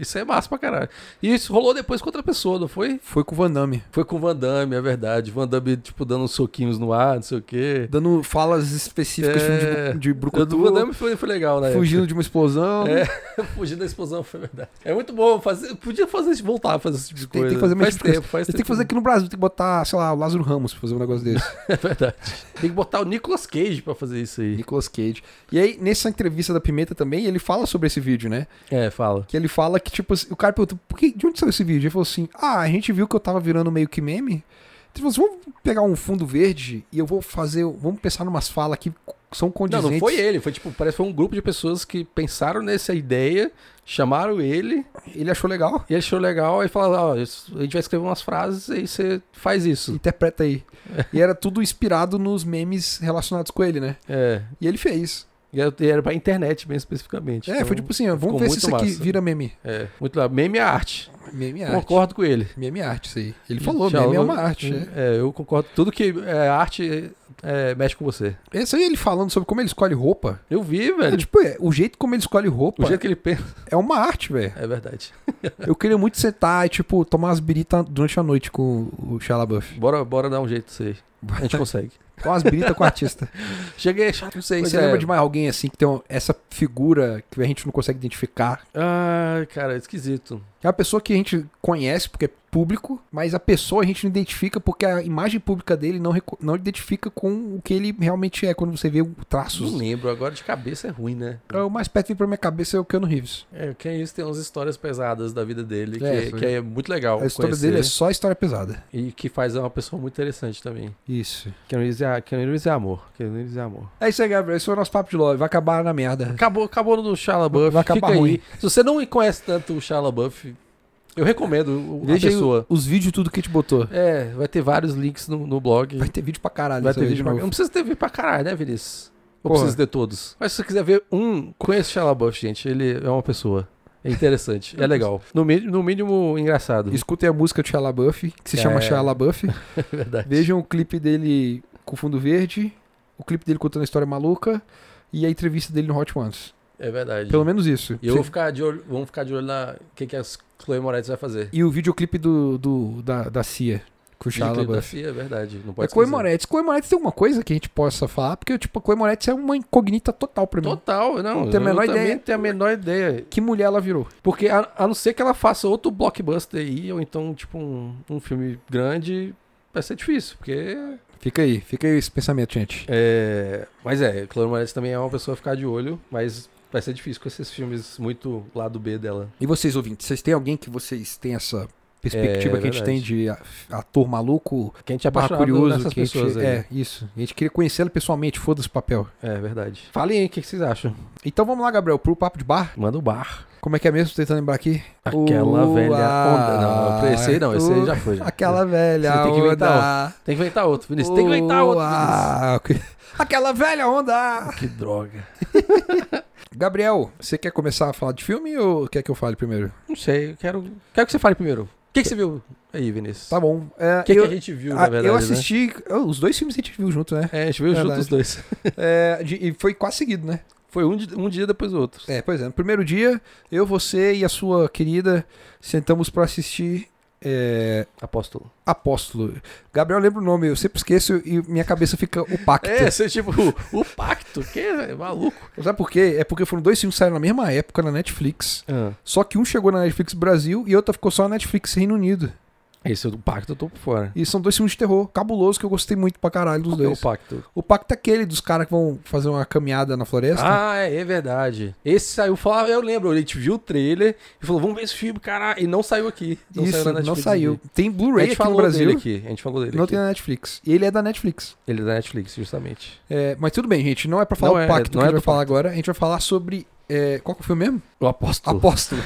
Isso é massa pra caralho. E isso rolou depois com outra pessoa, não foi?
Foi com o Van Damme.
Foi com o Van Damme, é verdade. Van Damme, tipo, dando uns soquinhos no ar, não sei o quê.
Dando falas específicas
É.
de, de
O do Van
brucutu,
Damme foi, foi legal, né?
fugindo de uma explosão.
É, fugindo da explosão, foi verdade. É muito bom. Fazer, podia fazer, isso- voltar a fazer esse tipo de
Tem,
coisa.
tem que fazer mais
faz
tipo de coisa.
tempo, faz
Você
tempo.
tem que fazer aqui no Brasil, tem que botar, sei lá, o Lázaro Ramos pra fazer um negócio desse.
É verdade. Tem que botar o Nicolas Cage pra fazer isso aí.
Nicolas Cage. E aí, nessa entrevista da Pimenta também, ele fala sobre esse vídeo, né?
É, fala.
Que ele fala que, tipo, assim, o cara perguntou, Por que, de onde saiu esse vídeo? Ele falou assim, ah, a gente viu que eu tava virando meio que meme. Ele falou assim, vamos pegar um fundo verde e eu vou fazer, vamos pensar numas falas que são
Não,
condizentes.
não foi ele. Foi tipo, parece que foi um grupo de pessoas que pensaram nessa ideia, chamaram ele
Ele achou legal.
e ele achou legal. E falaram: Ó, isso- a gente vai escrever umas frases e você faz isso.
Interpreta aí. E era tudo inspirado nos memes relacionados com ele, né?
É.
E ele fez.
E era- e era pra internet mesmo, especificamente.
É,
Então,
foi tipo assim, ó,
ficou
vamos ver se
muito
isso aqui
massa.
vira meme.
É, muito lá. Meme é arte.
Meme é arte.
Concordo com ele.
Meme é arte, isso aí. Ele falou,
Já
meme é
logo-
uma arte. é.
É, eu concordo. Tudo que é arte é, mexe com você.
Esse aí ele falando sobre como ele escolhe roupa.
Eu vi,
É,
velho.
tipo, é, o jeito como ele escolhe roupa
o jeito que ele pensa.
é uma arte, velho.
É verdade.
Eu queria muito sentar e, tipo, tomar umas birita durante a noite com o Shia LaBeouf.
Bora, bora dar um jeito disso aí. A gente consegue.
Tomar umas birita com o artista.
Cheguei chato.
Não sei,
Pois
você
é.
lembra de mais alguém, assim, que tem um- essa figura que a gente não consegue identificar?
Ai, cara, esquisito.
É uma pessoa que a gente conhece porque é público, mas a pessoa a gente não identifica porque a imagem pública dele não, reco- não identifica com o que ele realmente é quando você vê o
Não
traços.
lembro. Agora de cabeça é ruim, né?
O mais perto que vem pra minha cabeça é o Keanu Reeves.
É, o Ken Reeves tem umas histórias pesadas da vida dele, que
É,
é,
foi.
que é muito legal.
A história
conhecer,
dele é só história pesada.
E que faz uma pessoa muito interessante também.
Isso.
Ken Reeves é, Ken Reeves é amor. Ken Reeves é amor.
É isso aí, Gabriel. Esse foi o nosso papo de love. Vai acabar na merda.
Acabou, acabou no Shia LaBeouf.
Vai acabar
Fica aí.
ruim.
Se você não conhece tanto o Shia LaBeouf, eu recomendo o- a
Veja aí
pessoa.
os vídeos tudo que a gente botou.
É, vai ter vários links no, no blog.
Vai ter vídeo pra caralho.
Vai
isso
ter
aí
vídeo pra...
novo.
Não precisa ter vídeo pra caralho, né, Vinícius? Ou
Porra.
precisa ter todos. Mas se você quiser ver um, conheça o Shia LaBeouf, gente. Ele é uma pessoa. É interessante. é legal. No, mi- no mínimo, engraçado.
Escutem a música do Shia LaBeouf, que se
É.
chama Shia LaBeouf.
é verdade.
Vejam o clipe dele com fundo verde, o clipe dele contando a história maluca e a entrevista dele no Hot Ones.
É verdade.
Pelo menos isso.
E eu vou ficar de olho, vamos ficar de olho na o que, que a Chloe Moretz vai fazer.
E o videoclipe do, do- da, da CIA com o Shia
Videoclipe da
LaBeouf.
FIA, é verdade. Não
É
pode
Chloe
esquecer.
Moretz. Chloe Moretz tem alguma coisa que a gente possa falar? Porque, tipo, a Chloe Moretz é uma incognita total pra mim.
Total, não.
Não tenho a menor
também
ideia.
tenho a menor ideia.
Que mulher ela virou?
Porque a, a não ser que ela faça outro blockbuster aí, ou então, tipo, um, um filme grande, vai ser difícil, porque.
Fica aí, fica aí esse pensamento, gente.
É, mas é, Chloe Moretz também é uma pessoa a ficar de olho, mas vai ser difícil com esses filmes muito lado B dela.
E vocês, ouvintes, vocês têm alguém que vocês têm essa perspectiva
É,
que a gente
verdade.
tem de a- ator maluco,
Que a gente é
barra
apaixonado
curioso,
nessas
que a gente-
pessoas aí.
é, isso. A gente queria conhecê-lo pessoalmente, foda-se o papel.
É verdade. Falem aí o que, que vocês acham.
Então vamos lá, Gabriel, pro papo de bar.
Manda o bar.
Como é que é mesmo? Tô Tentando lembrar aqui.
Aquela
Ua-
velha onda. Não, não, esse aí não, esse aí já foi. já.
Aquela velha
É. Você tem que inventar
onda.
Tem que inventar outro, Vinícius. Tem que inventar outro. Vinícius.
Ua- Aquela velha onda.
Que droga.
Gabriel, você quer começar a falar de filme ou quer que eu fale primeiro?
Não sei, eu quero. Quero que você fale primeiro. O que, que você viu aí, Vinícius?
Tá bom. É,
O que, que
eu,
a gente viu,
ah,
na verdade?
eu
né?
assisti. oh, Os dois filmes que a gente viu junto, né?
É, a gente viu junto
Verdade.
os dois.
É, de- e foi quase seguido, né?
Foi um, di- um dia depois do outro.
É, pois é. No primeiro dia, eu, você e a sua querida sentamos pra assistir. é,
Apóstolo.
Apóstolo. Gabriel lembra o nome, eu sempre esqueço e minha cabeça fica o pacto.
É, você tipo, o, o pacto, que é maluco.
Sabe por quê? É porque foram dois filmes que saíram na mesma época na Netflix.
Ah.
Só que um chegou na Netflix Brasil e outro ficou só na Netflix Reino Unido.
Esse é do pacto, eu tô por fora.
E são dois filmes de terror cabuloso que eu gostei muito pra caralho dos
Qual que é
dois.
o pacto?
O pacto é aquele dos caras que vão fazer uma caminhada na floresta.
Ah, é, é verdade. Esse saiu, falava, eu lembro, a gente viu o trailer e falou, vamos ver esse filme, caralho. E não saiu aqui. Não
Isso,
saiu na
não
Netflix.
saiu. Tem
A
Blu-ray
gente
aqui no
falou dele
Brasil.
aqui. A gente falou dele
Não
aqui.
tem na Netflix. E ele é da Netflix.
Ele é da Netflix, justamente.
É, mas tudo bem, gente. Não é pra falar
Não
o
é-
pacto que
não é
a gente vai
do
falar agora. A gente vai falar sobre. é, qual que é o filme mesmo?
O apóstolo.
Apóstolo.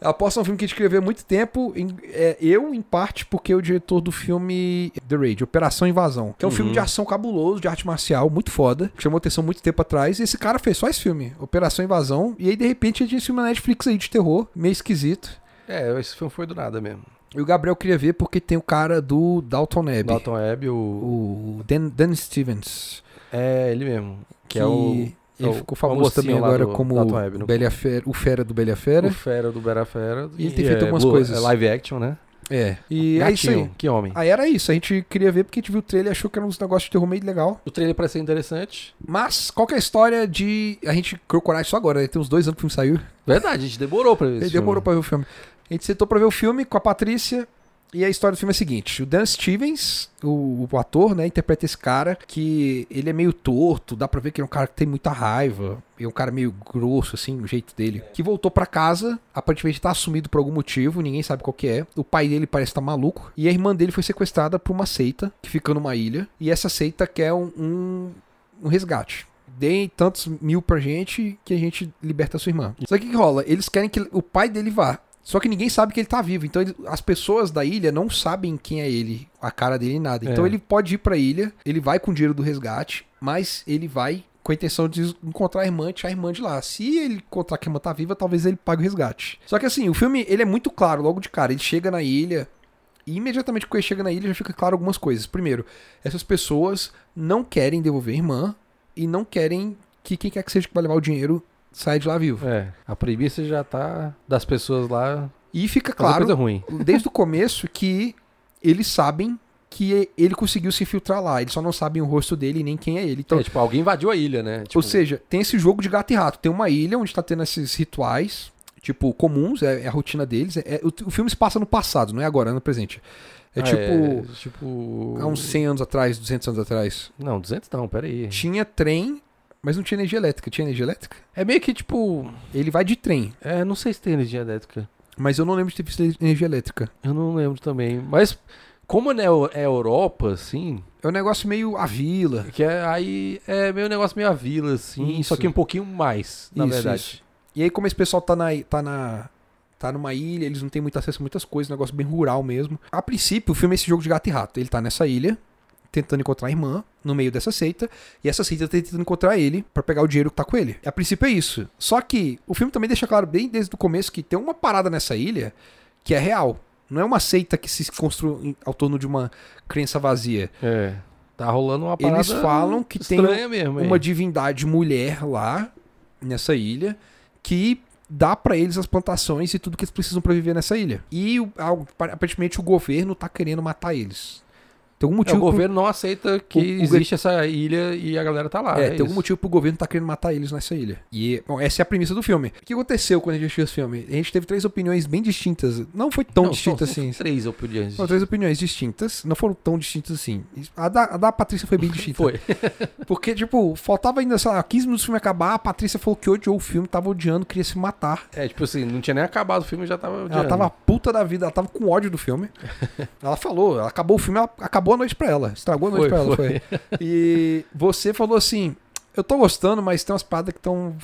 Apóstolo é um filme que a gente escreveu há muito tempo. em- é, eu, em parte, porque é o diretor do filme The Raid, Operação Invasão. Que é um
Uhum.
filme de ação cabuloso, de arte marcial, muito foda. Que chamou atenção muito tempo atrás. E esse cara fez só esse filme, Operação Invasão. E aí, de repente, a gente filme na Netflix aí de terror, meio esquisito.
É, esse filme foi do nada mesmo.
E o Gabriel queria ver porque tem o cara do Dalton Abbey.
Dalton Webb, É o...
O Dan, Dan Stevens.
É, ele mesmo.
Que,
Que, é o... é
Ele
o-
ficou
é o
famoso também
mocinho lá
agora
do
como
Dalton Abbey, não?
Bela e a Fera- o Fera do Bela e a Fera.
O Fera do Bera Fera.
E ele tem feito
é
algumas coisas.
É live action, né?
É. E é isso aí.
Gatinho, que homem.
Aí era isso, a gente queria ver porque a gente viu o trailer e achou que era uns negócios de terror meio legal.
O trailer parece ser interessante.
Mas qual que é a história de. A gente criou coragem só agora, né? Tem uns dois anos que o filme saiu.
Verdade, a gente demorou pra ver
Ele
esse
demorou
filme.
pra ver o filme. A gente sentou pra ver o filme com a Patrícia. E a história do filme é a seguinte: o Dan Stevens, o, o ator, né, interpreta esse cara que ele é meio torto, dá pra ver que ele é um cara que tem muita raiva, é um cara meio grosso, assim, o jeito dele. Que voltou pra casa, aparentemente tá assumido por algum motivo, ninguém sabe qual que é. O pai dele parece tá maluco. E a irmã dele foi sequestrada por uma seita que fica numa ilha. E essa seita quer um- um, um resgate. Deem tantos mil pra gente que a gente liberta a sua irmã. Só que o que rola? Eles querem que o pai dele vá. Só que ninguém sabe que ele tá vivo. Então ele- as pessoas da ilha não sabem quem é ele, a cara dele, nada. Então
É.
ele pode ir pra ilha, ele vai com o dinheiro do resgate, mas ele vai com a intenção de encontrar a irmã, e tirar a irmã de lá. Se ele encontrar que a irmã tá viva, talvez ele pague o resgate. Só que assim, o filme, ele é muito claro logo de cara. Ele chega na ilha, e imediatamente quando ele chega na ilha já fica claro algumas coisas. Primeiro, essas pessoas não querem devolver a irmã e não querem que quem quer que seja que vai levar o dinheiro saia de lá vivo.
É, a premissa já tá das pessoas lá
E fica
fazer
claro
é coisa ruim.
desde o começo que eles sabem que ele conseguiu se infiltrar lá. Eles só não sabem o rosto dele e nem quem é ele. Então,
É, tipo, alguém invadiu a ilha, né? Tipo,
ou seja, tem esse jogo de gato e rato. Tem uma ilha onde tá tendo esses rituais, tipo, comuns, é, é a rotina deles. É- é- o, o filme se passa no passado, não é agora, é no presente. É
ah,
tipo,
é, tipo...
há uns 100 anos atrás, 200 anos atrás.
Não, 200 não, peraí.
Tinha trem, mas não tinha energia elétrica. Tinha energia elétrica?
É meio que tipo...
Ele vai de trem,
É, não sei se tem energia elétrica.
mas eu não lembro de ter visto energia elétrica.
Eu não lembro também. Mas como né, o- é Europa, assim,
É um negócio meio a vila.
que é, aí é meio negócio meio a vila, assim, só
Isso.
que um pouquinho mais, na
Isso,
verdade.
isso. E aí, como esse pessoal tá na, tá na. tá numa ilha, eles não têm muito acesso a muitas coisas, um negócio bem rural mesmo. A princípio, o filme é esse jogo de gato e rato. Ele tá nessa ilha, tentando encontrar a irmã, no meio dessa seita, e essa seita tá tentando encontrar ele pra pegar o dinheiro que tá com ele. A princípio é isso. Só que o filme também deixa claro bem desde o começo que tem uma parada nessa ilha que é real. Não é uma seita que se construiu em- ao torno de uma crença vazia.
É. Tá rolando uma parada
Eles falam que tem um-
estranha mesmo, é. hein?
uma divindade mulher lá nessa ilha que dá pra eles as plantações e tudo que eles precisam pra viver nessa ilha. E o- algo- aparentemente o governo tá querendo matar eles. Tem algum
É, o
motivo pro-
governo não aceita que
O- o-
existe essa ilha e a galera tá lá.
é,
É,
tem
isso.
algum motivo pro governo tá querendo matar eles nessa ilha. E bom, essa é a premissa do filme. O que aconteceu quando a gente assistiu esse filme? A gente teve três opiniões bem distintas. Não foi tão
Não,
distinta
são- são
assim.
Três opiniões.
Foram três opiniões distintas. Não foram tão distintas assim. A da, a da Patrícia foi bem distinta.
Foi.
Porque, tipo, faltava ainda, sei lá, 15 minutos do filme acabar, a Patrícia falou que odiou o filme, tava odiando, queria se matar.
É, tipo assim, não tinha nem acabado o filme, já tava.
Ela
odiando.
tava puta da vida, ela tava com ódio do filme. ela falou, ela acabou o filme, ela acabou a noite pra ela. Estragou a noite
Foi,
pra ela,
foi.
foi. E você falou assim: eu tô gostando, mas tem umas paradas que estão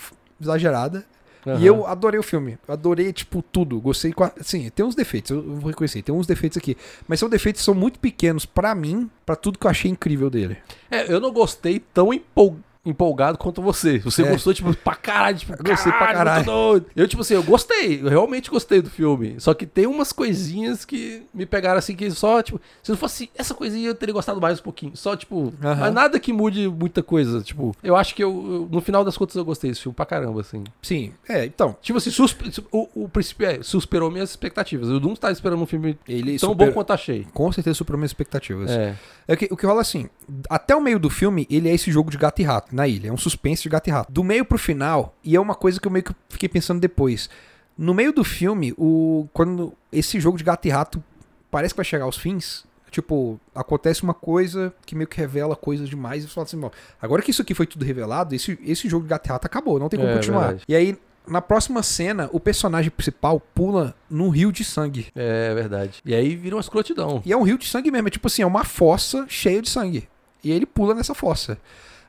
exageradas.
Aham.
E eu adorei o filme. Eu adorei, tipo, tudo. Gostei. qua- Sim, tem uns defeitos, eu vou reconhecer. Tem uns defeitos aqui. Mas são defeitos que são muito pequenos pra mim, pra tudo que eu achei incrível dele.
É, eu não gostei tão empol- empolgado quanto você. Você
É.
gostou, tipo, pra caralho, tipo,
Eu gostei pra
muito
caralho.
doido. Eu, tipo assim, eu gostei, eu realmente gostei do filme. Só que tem umas coisinhas que me pegaram assim, que só, tipo, se não fosse essa coisinha, eu teria gostado mais um pouquinho. Só, tipo,
Aham.
mas nada que mude muita coisa. Tipo, eu acho que eu, eu- no final das contas, eu gostei desse filme pra caramba, assim.
Sim, é, então.
Tipo assim, suspe- o, o princípio é, superou minhas expectativas. Eu não estava esperando um filme
Ele
tão
super-
bom quanto achei.
Com certeza superou minhas expectativas.
É.
É que- o que rola assim, até o meio do filme, ele é esse jogo de gato e rato na ilha. É um suspense de gato e rato. Do meio pro final, e é uma coisa que eu meio que fiquei pensando depois. No meio do filme, o quando esse jogo de gato e rato parece que vai chegar aos fins, tipo, acontece uma coisa que meio que revela coisas demais e você fala assim, bom, agora que isso aqui foi tudo revelado, esse, esse jogo de gato e rato acabou, não tem como
É,
continuar.
verdade.
E aí, na próxima cena, o personagem principal pula num rio de sangue.
É verdade. E aí vira uma escrotidão.
E é um rio de sangue mesmo. É tipo assim, é uma fossa cheia de sangue. E ele pula nessa fossa.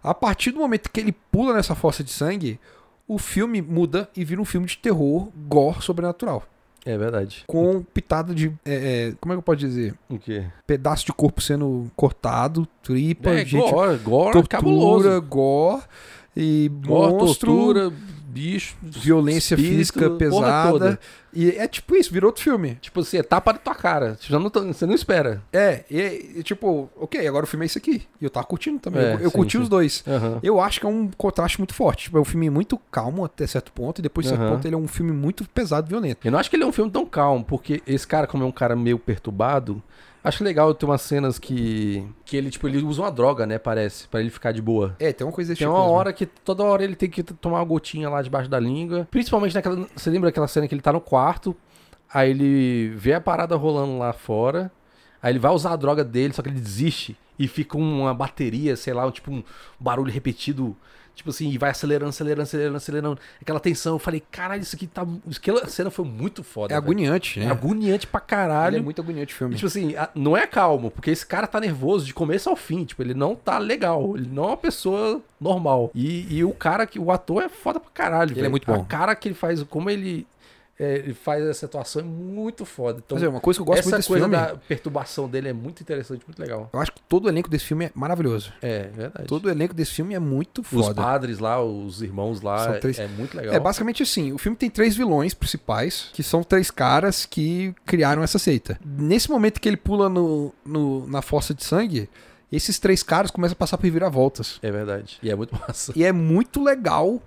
A partir do momento que ele pula nessa fossa de sangue, o filme muda e vira um filme de terror, gore, sobrenatural.
É verdade.
Com pitada de. é, é, como é que eu posso dizer?
O quê?
Pedaço de corpo sendo cortado, tripa,
É,
gente.
gore, gore cabuloso.
tortura, gore. E
Gore,
monstro,
tortura, bicho,
violência
espírito,
física
porra toda.
pesada. E é tipo isso, virou outro filme.
Tipo assim, é tapa na tua cara. Tipo, já não tá- você não espera.
É, e, e tipo, ok, agora o filme é isso aqui. E eu tava curtindo também.
É,
eu eu
sim,
curti
sim.
os dois.
Aham.
Eu acho que é um contraste muito forte. Tipo, é um filme muito calmo até certo ponto, e depois de certo
Aham.
ponto ele é um filme muito pesado e violento.
Eu não acho que ele é um filme tão calmo, porque esse cara, como é um cara meio perturbado, acho legal ter umas cenas que. que ele, tipo, ele usa uma droga, né? Parece, pra ele ficar de boa.
É, tem uma coisa desse
Tem
tipo
uma
mesmo.
hora que toda hora ele tem que t- tomar uma gotinha lá debaixo da língua. Principalmente naquela. Você lembra daquela cena que ele tá no quarto, aí ele vê a parada rolando lá fora, aí ele vai usar a droga dele, só que ele desiste e fica uma bateria, sei lá, um, tipo um barulho repetido. Tipo assim, e vai acelerando, acelerando, acelerando, acelerando. Aquela tensão, eu falei, caralho, isso aqui tá. Aquela cena foi muito foda.
É
velho.
agoniante, né?
É agoniante pra
Ele
caralho.
é muito agoniante o
E,
filme.
Tipo assim, a- não é calmo, porque esse cara tá nervoso de começo ao fim. Tipo, ele não tá legal. Ele não é uma pessoa normal. E, e o cara que. O ator é foda pra caralho.
Ele é
velho.
muito bom.
A cara que ele faz, como ele é, ele faz essa atuação é muito foda. Então,
Mas é uma coisa que eu gosto
essa
muito desse
coisa
filme.
da perturbação dele é muito interessante, muito legal.
Eu acho que todo o elenco desse filme é maravilhoso.
É, verdade.
Todo o elenco desse filme é muito
os
foda.
padres lá, os irmãos lá,
São
é-
três-
é muito legal.
É basicamente assim, o filme tem três vilões principais, que são três caras que criaram essa seita. Nesse momento que ele pula no, no- na fossa de sangue, esses três caras começam a passar por viravoltas.
É verdade. E é muito massa.
E é muito legal,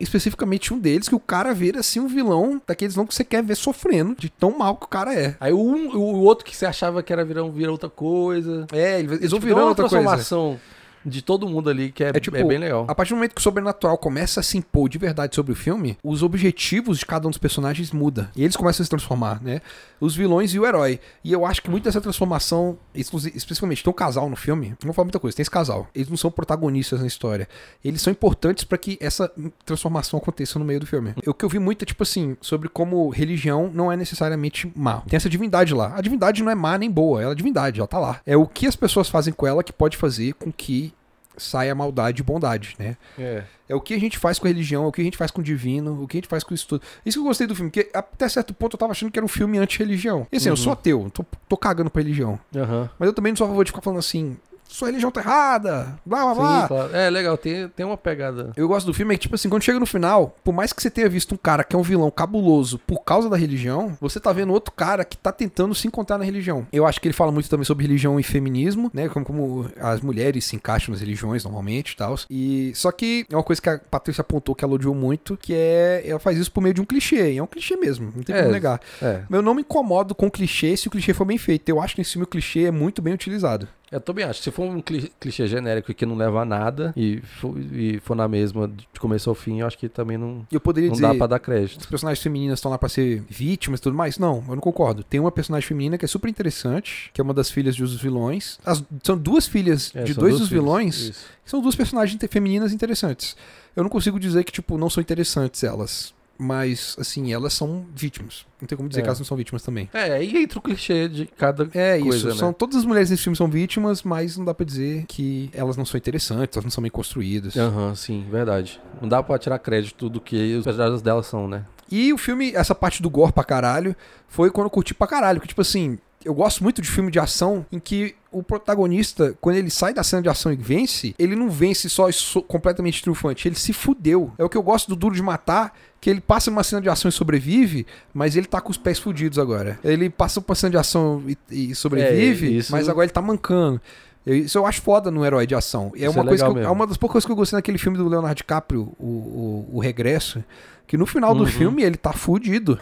especificamente um deles, que o cara vira assim um vilão daqueles não que você quer ver sofrendo, de tão mal que o cara é.
Aí o, um- o outro que você achava que era virão vira outra coisa.
É, eles, eles vão
Tipo, Dá
virando
uma
outra coisa.
transformação de todo mundo ali que é,
É tipo,
é bem legal.
a partir do momento que o sobrenatural começa a se impor de verdade sobre o filme, os objetivos de cada um dos personagens muda. E eles começam a se transformar, né? Os vilões e o herói. E eu acho que muito dessa transformação, exclusi- especificamente, tem um casal no filme, não vou falar muita coisa, tem esse casal. Eles não são protagonistas na história. Eles são importantes pra que essa transformação aconteça no meio do filme. O que eu vi muito é, tipo assim, sobre como religião não é necessariamente má. Tem essa divindade lá. A divindade não é má nem boa, ela é divindade, ela tá lá. É o que as pessoas fazem com ela que pode fazer com que saia maldade e bondade, né?
É.
É o que a gente faz com a religião, é o que a gente faz com o divino, o que a gente faz com isso tudo. Isso que eu gostei do filme, porque até certo ponto eu tava achando que era um filme anti-religião. E assim, eu sou ateu, tô, tô cagando pra religião.
Aham.
Mas eu também não sou a favor de ficar falando assim, sua religião tá errada, blá blá blá.
Sim, claro. É legal, tem, tem uma pegada.
Eu gosto do filme é que, tipo assim, quando chega no final, por mais que você tenha visto um cara que é um vilão cabuloso por causa da religião, você tá vendo outro cara que tá tentando se encontrar na religião. Eu acho que ele fala muito também sobre religião e feminismo, né? Como, como as mulheres se encaixam nas religiões normalmente e tal. E só que é uma coisa que a Patrícia apontou que ela odiou muito, que é ela faz isso por meio de um clichê. E é um clichê mesmo, não tem
É.
como negar.
É.
Eu não me incomodo com o clichê se o clichê for bem feito. Eu acho que esse filme o clichê é muito bem utilizado.
Eu também acho. Se for um cli- clichê genérico que não leva a nada e for, e for na mesma de começo ao fim, eu acho que também não,
E eu poderia
não
dizer.
dá pra dar crédito.
as personagens femininas estão lá pra ser vítimas e tudo mais. Não, eu não concordo. Tem uma personagem feminina que é super interessante, que é uma das filhas de um dos vilões. As- são duas filhas
É,
de
são
dois
duas
dos
filhas.
vilões.
Isso.
que São duas personagens inte- femininas interessantes. Eu não consigo dizer que, tipo, não são interessantes elas. Mas, assim, elas são vítimas. Não tem como dizer
É.
que elas não são vítimas também.
É, aí entra o clichê de cada.
É
Coisa,
isso.
né?
São, todas as mulheres nesse filme são vítimas, mas não dá pra dizer que elas não são interessantes, elas não são bem construídas.
Aham, sim, verdade. Não dá pra tirar crédito do que os personagens delas são, né?
E o filme, essa parte do gore pra caralho, foi quando eu curti pra caralho. Que, tipo assim, eu gosto muito de filme de ação em que o protagonista, quando ele sai da cena de ação e vence, ele não vence só e so- completamente triunfante, ele se fudeu. É o que eu gosto do Duro de Matar, que ele passa numa cena de ação e sobrevive, mas ele tá com os pés fudidos agora. Ele passa por uma cena de ação e, e sobrevive,
É, isso-
mas agora ele tá mancando. Eu- Isso eu acho foda no herói de ação. E É
Isso
uma,
é
coisa
legal
que eu- é
mesmo.
uma das poucas coisas que eu gostei naquele filme do Leonardo DiCaprio, o, o, o Regresso, que no final do
Uhum.
filme ele tá fudido.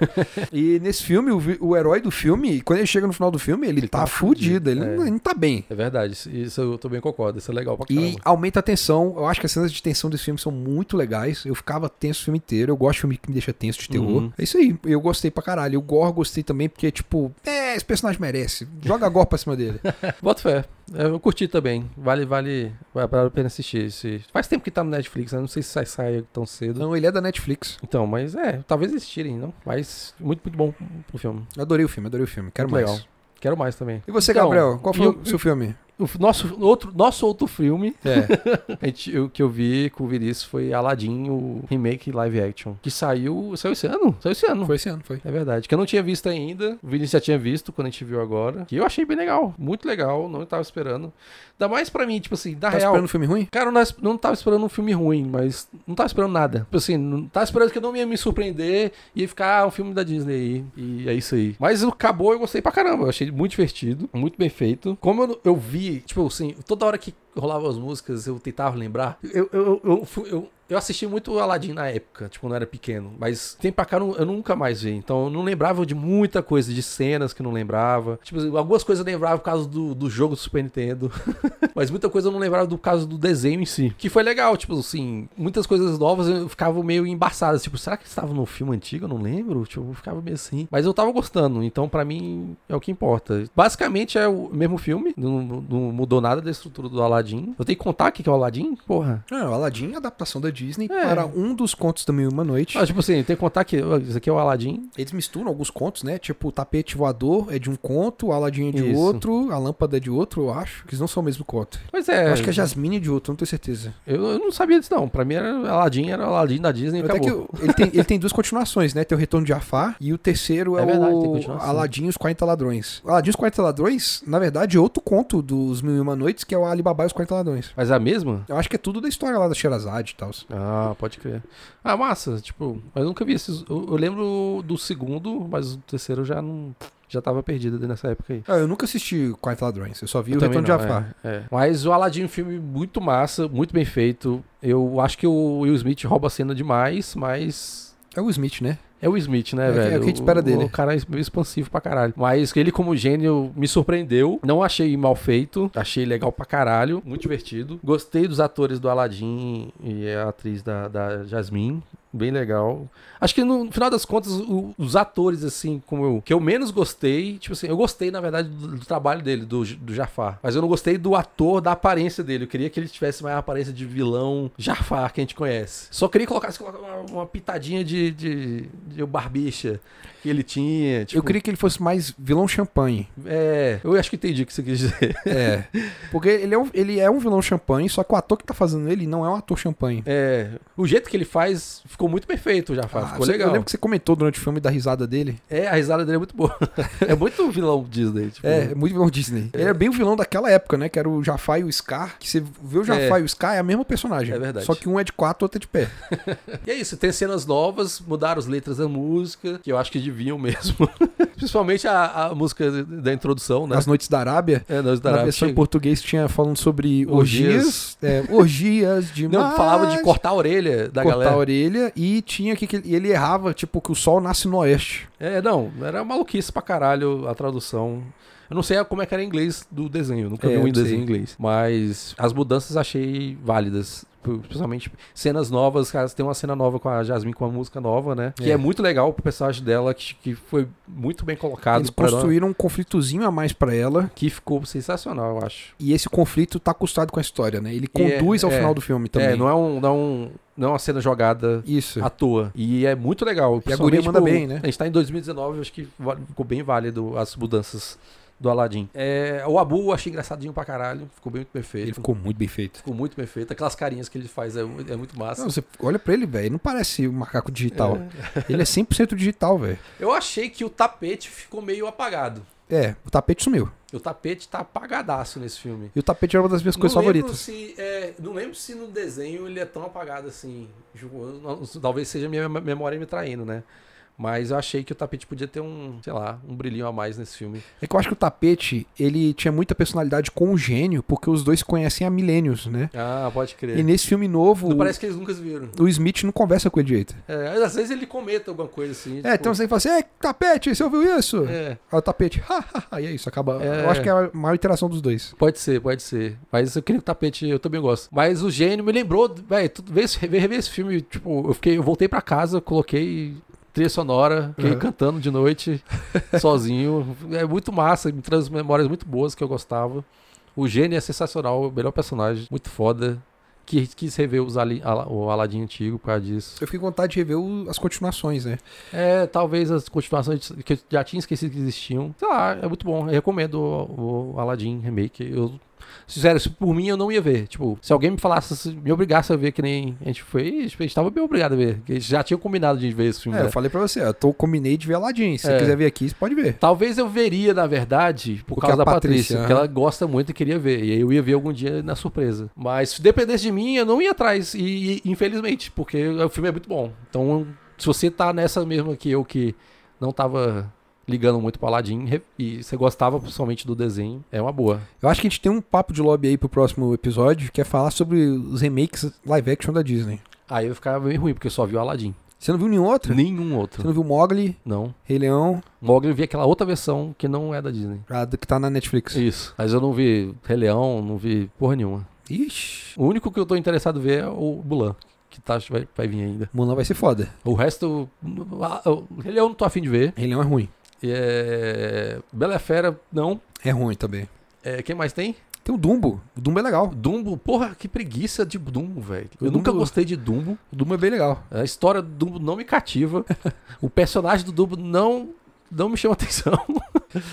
e nesse filme, o, vi- o herói do filme, quando ele chega no final do filme, ele, tá,
tá
fudido,
fudido,
ele,
é.
não, ele não tá bem.
É verdade. isso- Isso eu também concordo. Isso é legal pra caramba.
E aumenta a tensão. Eu acho que as cenas de tensão desse filme são muito legais. Eu ficava tenso o filme inteiro. Eu gosto de filme que me deixa tenso de terror.
Uhum.
É isso aí. Eu gostei pra caralho. O Gore eu gostei também, porque, tipo, é, esse personagem merece. Joga Gore pra cima dele.
Bota fé. É, Eu curti também. Vale, vale. Vale a pena assistir. Esse... Faz tempo que tá no Netflix, né? Não sei se sai, sai tão cedo.
Não, ele é da Netflix.
Então, mas é, talvez existirem, não? Mas muito, muito bom o filme.
Eu adorei o filme, adorei o filme. Quero
Muito
mais.
legal. Quero mais também.
E você,
Então,
Gabriel, qual foi
eu-
o seu filme?
O f- nosso outro, nosso outro filme
É.
a gente- o que eu vi com o Vinícius foi Aladdin, o remake live action. Que saiu. Saiu esse ano? Saiu esse ano.
Foi esse ano, foi.
É verdade. Que eu não tinha visto ainda. O Vinícius já tinha visto quando a gente viu agora. Que eu achei bem legal. Muito legal. Não tava esperando. Ainda mais pra mim, tipo assim, da
Tá
real.
esperando um filme ruim?
Cara, eu não, não tava esperando um filme ruim, mas não tava esperando nada. Tipo assim, não tava esperando que eu não ia me surpreender e ia ficar ah, um filme da Disney aí. E é isso aí. Mas acabou, eu gostei pra caramba. Eu achei muito divertido, muito bem feito. Como eu, eu vi, tipo assim, toda hora que rolava as músicas, eu tentava lembrar. Eu, eu, eu, eu, fui- eu- eu assisti muito o Aladdin na época, tipo, quando eu era pequeno. Mas tem pra cá eu nu- eu nunca mais vi. Então eu não lembrava de muita coisa, de cenas que eu não lembrava. Tipo, assim, algumas coisas eu lembrava por causa do, do jogo do Super Nintendo. Mas muita coisa eu não lembrava do caso do desenho em si. Que foi legal, tipo assim, muitas coisas novas eu ficava meio embaçado. Tipo, será que estava no filme antigo? Eu não lembro. Tipo, eu ficava meio assim. Mas eu tava gostando, então pra mim é o que importa. Basicamente é o mesmo filme, não, não mudou nada da estrutura do Aladdin. Eu tenho que contar o que que é o Aladdin? Porra.
Não, o Aladdin é a adaptação da Disney
É.
para um dos contos da Mil e Uma Noite.
Ah, tipo assim, eu tenho que contar que ó, isso aqui é o Aladdin.
Eles misturam alguns contos, né? Tipo, o tapete voador é de um conto, o Aladdin é de
Isso.
outro, a lâmpada é de outro, eu acho. Que eles não são o mesmo conto.
Pois é.
Eu acho que a Jasmine é de outro, não tenho certeza.
eu, eu não sabia disso, não. Pra mim era Aladdin, era o Aladdin da Disney e
Até que
acabou.
eu- ele, tem, ele tem duas continuações, né? Tem o Retorno de Jafar e o terceiro é,
É verdade, tem
o
continuação.
Aladdin e os 40 Ladrões. Aladdin e os 40 Ladrões, na verdade, é outro conto dos Mil e Uma Noites, que é o Alibaba e os 40 Ladrões.
Mas é a mesma?
Eu acho que é tudo da história lá da Sherazade e tal.
Ah, pode crer. Ah, massa, tipo, mas eu nunca vi esses. Eu, eu lembro do segundo, mas o terceiro eu já não. Já tava perdido nessa época aí.
Ah, eu nunca assisti 40 Ladrões, eu só vi
Eu
o
também
Retorno de
não,
Jafar.
é, é. Mas o Aladdin é um filme muito massa, muito bem feito. Eu acho que o Will Smith rouba a cena demais, mas.
É. o Smith, né?
É o Smith, né,
É o que- é o
velho?
que a gente espera dele.
O cara é meio expansivo pra caralho. Mas ele, como gênio, me surpreendeu. Não achei mal feito. Achei legal pra caralho. Muito divertido. Gostei dos atores do Aladdin e a atriz da, da Jasmine. Bem legal. Acho que no final das contas, o- os atores, assim, como eu, que eu menos gostei, tipo assim, eu gostei, na verdade, do, do trabalho dele, do, J- do Jafar. Mas eu não gostei do ator, da aparência dele. Eu queria que ele tivesse mais a aparência de vilão Jafar que a gente conhece. Só queria colocar se colocar uma, uma pitadinha de, de, de barbicha que ele tinha. Tipo,
Eu queria que ele fosse mais vilão champanhe.
É, eu acho que entendi o que você quis dizer.
É. Porque ele é, um, ele é um vilão champanhe, só que o ator que tá fazendo ele não é um ator champanhe.
É, o jeito que ele faz ficou muito perfeito, o Jafar.
Ah,
ficou
você-
legal.
Eu lembro que você comentou durante o filme da risada dele.
É, a risada dele é muito boa. é muito vilão Disney. Tipo,
É, é muito vilão Disney. Ele é bem o vilão daquela época, né? Que era o Jafar e o Scar. Que você vê o Jafar
É.
e o Scar, é a mesma personagem.
É verdade.
Só que um é de quatro, o outro é de pé.
E é isso, tem cenas novas, mudaram as letras da música, que eu acho que deviam mesmo. Principalmente a, a música da introdução, né?
Nas Noites da Arábia.
É, nós da
na
Arábia.
versão em
Chega.
português tinha falando sobre
Orgias.
orgias. É, orgias de
Não, falava de
cortar,
cortar a orelha
cortar
da
a
galera.
orelha. E tinha que, que ele- e ele errava, tipo, que o sol nasce no oeste.
É, não, era maluquice pra caralho a tradução. Eu não sei como é que era em inglês do desenho, nunca
É,
vi
eu
um
não
desenho
sei.
em inglês. Mas as mudanças achei válidas. Principalmente cenas novas, cara, tem uma cena nova com a Jasmine com uma música nova, né? Que
É.
é muito legal pro personagem dela, que, que foi muito bem colocado.
Eles
pra-
construíram um conflitozinho a mais pra ela.
Que ficou sensacional, eu acho.
E esse conflito tá custado com a história, né? Ele
E é-
conduz ao
é.
final do filme também.
É, não é, um, não, é um- não é uma cena jogada
Isso.
à toa. E é muito legal.
E a guria
Principalmente
manda
pro-
bem, né?
A gente tá em 2019, acho que va- ficou bem válido as mudanças do Aladdin. É, o Abu eu achei engraçadinho pra caralho. Ficou bem muito perfeito.
Ele ficou muito bem feito.
Ficou muito perfeito. Aquelas carinhas que ele faz é, mu- é muito massa.
Não, você olha pra ele, velho. Não parece um macaco digital. Ele é 100% digital, velho.
Eu achei que o tapete ficou meio apagado.
É, o tapete sumiu.
O tapete tá apagadaço nesse filme.
E o tapete era uma das minhas coisas favoritas.
Lembro se, é, não lembro se no desenho ele é tão apagado assim. Ju- eu não- Talvez seja minha mem- memória me traindo, né? Mas eu achei que o tapete podia ter um, sei lá, um brilhinho a mais nesse filme.
É que eu acho que o tapete, ele tinha muita personalidade com o gênio, porque os dois se conhecem há milênios, né?
Ah,
E
pode crer.
nesse filme novo,
Não parece que eles nunca se viram.
o Smith não conversa com ele direito.
É, às vezes ele comenta alguma coisa assim.
É, então você fala assim, é, tapete, você ouviu isso?
É,
Aí o tapete, hahaha, e é isso, acaba.
É.
Eu acho que é a maior interação dos dois.
pode ser, pode ser. Mas eu queria o tapete, eu também gosto. Mas o gênio me lembrou, velho, rever esse, ver- rever esse filme, tipo, eu fiquei, eu voltei pra casa, coloquei trilha sonora, fiquei
Uhum.
cantando de noite, sozinho. É muito massa, me traz memórias muito boas que eu gostava. O gênio é sensacional, o melhor personagem, muito foda. Que quis rever os Ali- Ala- o Aladdin antigo por causa disso.
Eu fiquei com vontade de rever o- as continuações, né?
É, talvez as continuações que eu já tinha esquecido que existiam. Sei lá, é muito bom. Eu recomendo o, o Aladdin Remake. Eu, sincero, se por mim eu não ia ver. Tipo, se alguém me falasse, se me obrigasse a ver que nem a gente foi, a gente tava bem obrigado a ver. Porque a gente já tinha combinado de ver esse filme.
É,
né?
eu falei pra você, eu tô, combinei de ver Aladdin. Se
É.
você quiser vir aqui, você pode ver.
Talvez eu veria, na verdade, por
Porque
causa
a
da Patrícia,
Patrícia,
porque
aham.
ela gosta muito e queria ver. E aí eu ia ver algum dia na surpresa. Mas se dependesse de mim, eu não ia atrás. E, e, infelizmente, porque o filme é muito bom. Então, se você tá nessa mesma que eu, que não tava ligando muito pra Aladdin, re- e você gostava principalmente do desenho, é uma boa.
Eu acho que a gente tem um papo de lobby aí pro próximo episódio, que é falar sobre os remakes live action da Disney.
Aí eu ficava bem ruim, porque eu só vi o Aladdin.
Você não viu nenhum outro?
Nenhum
Você
outro.
não viu Mogli,
Não.
Rei Leão,
Mogli eu vi aquela outra versão que não é da Disney.
a do que tá na Netflix?
Isso. Mas eu não vi Rei Leão, não vi porra nenhuma.
Ixi.
O único que eu tô interessado em ver é o Mulan, que tá, vai, vai vir ainda.
Mulan vai ser foda.
O resto, ah, eu- ele eu não tô afim de ver.
Rei Leão é ruim.
E É... Bela Fera, não.
É ruim também.
É, quem mais tem?
Tem o Dumbo. O Dumbo é legal.
Dumbo, porra, que preguiça de Dumbo, velho. Eu
O
nunca
Dumbo-
gostei de Dumbo.
O Dumbo é bem legal.
A história do Dumbo não me cativa. o personagem do Dumbo não, não me chama atenção.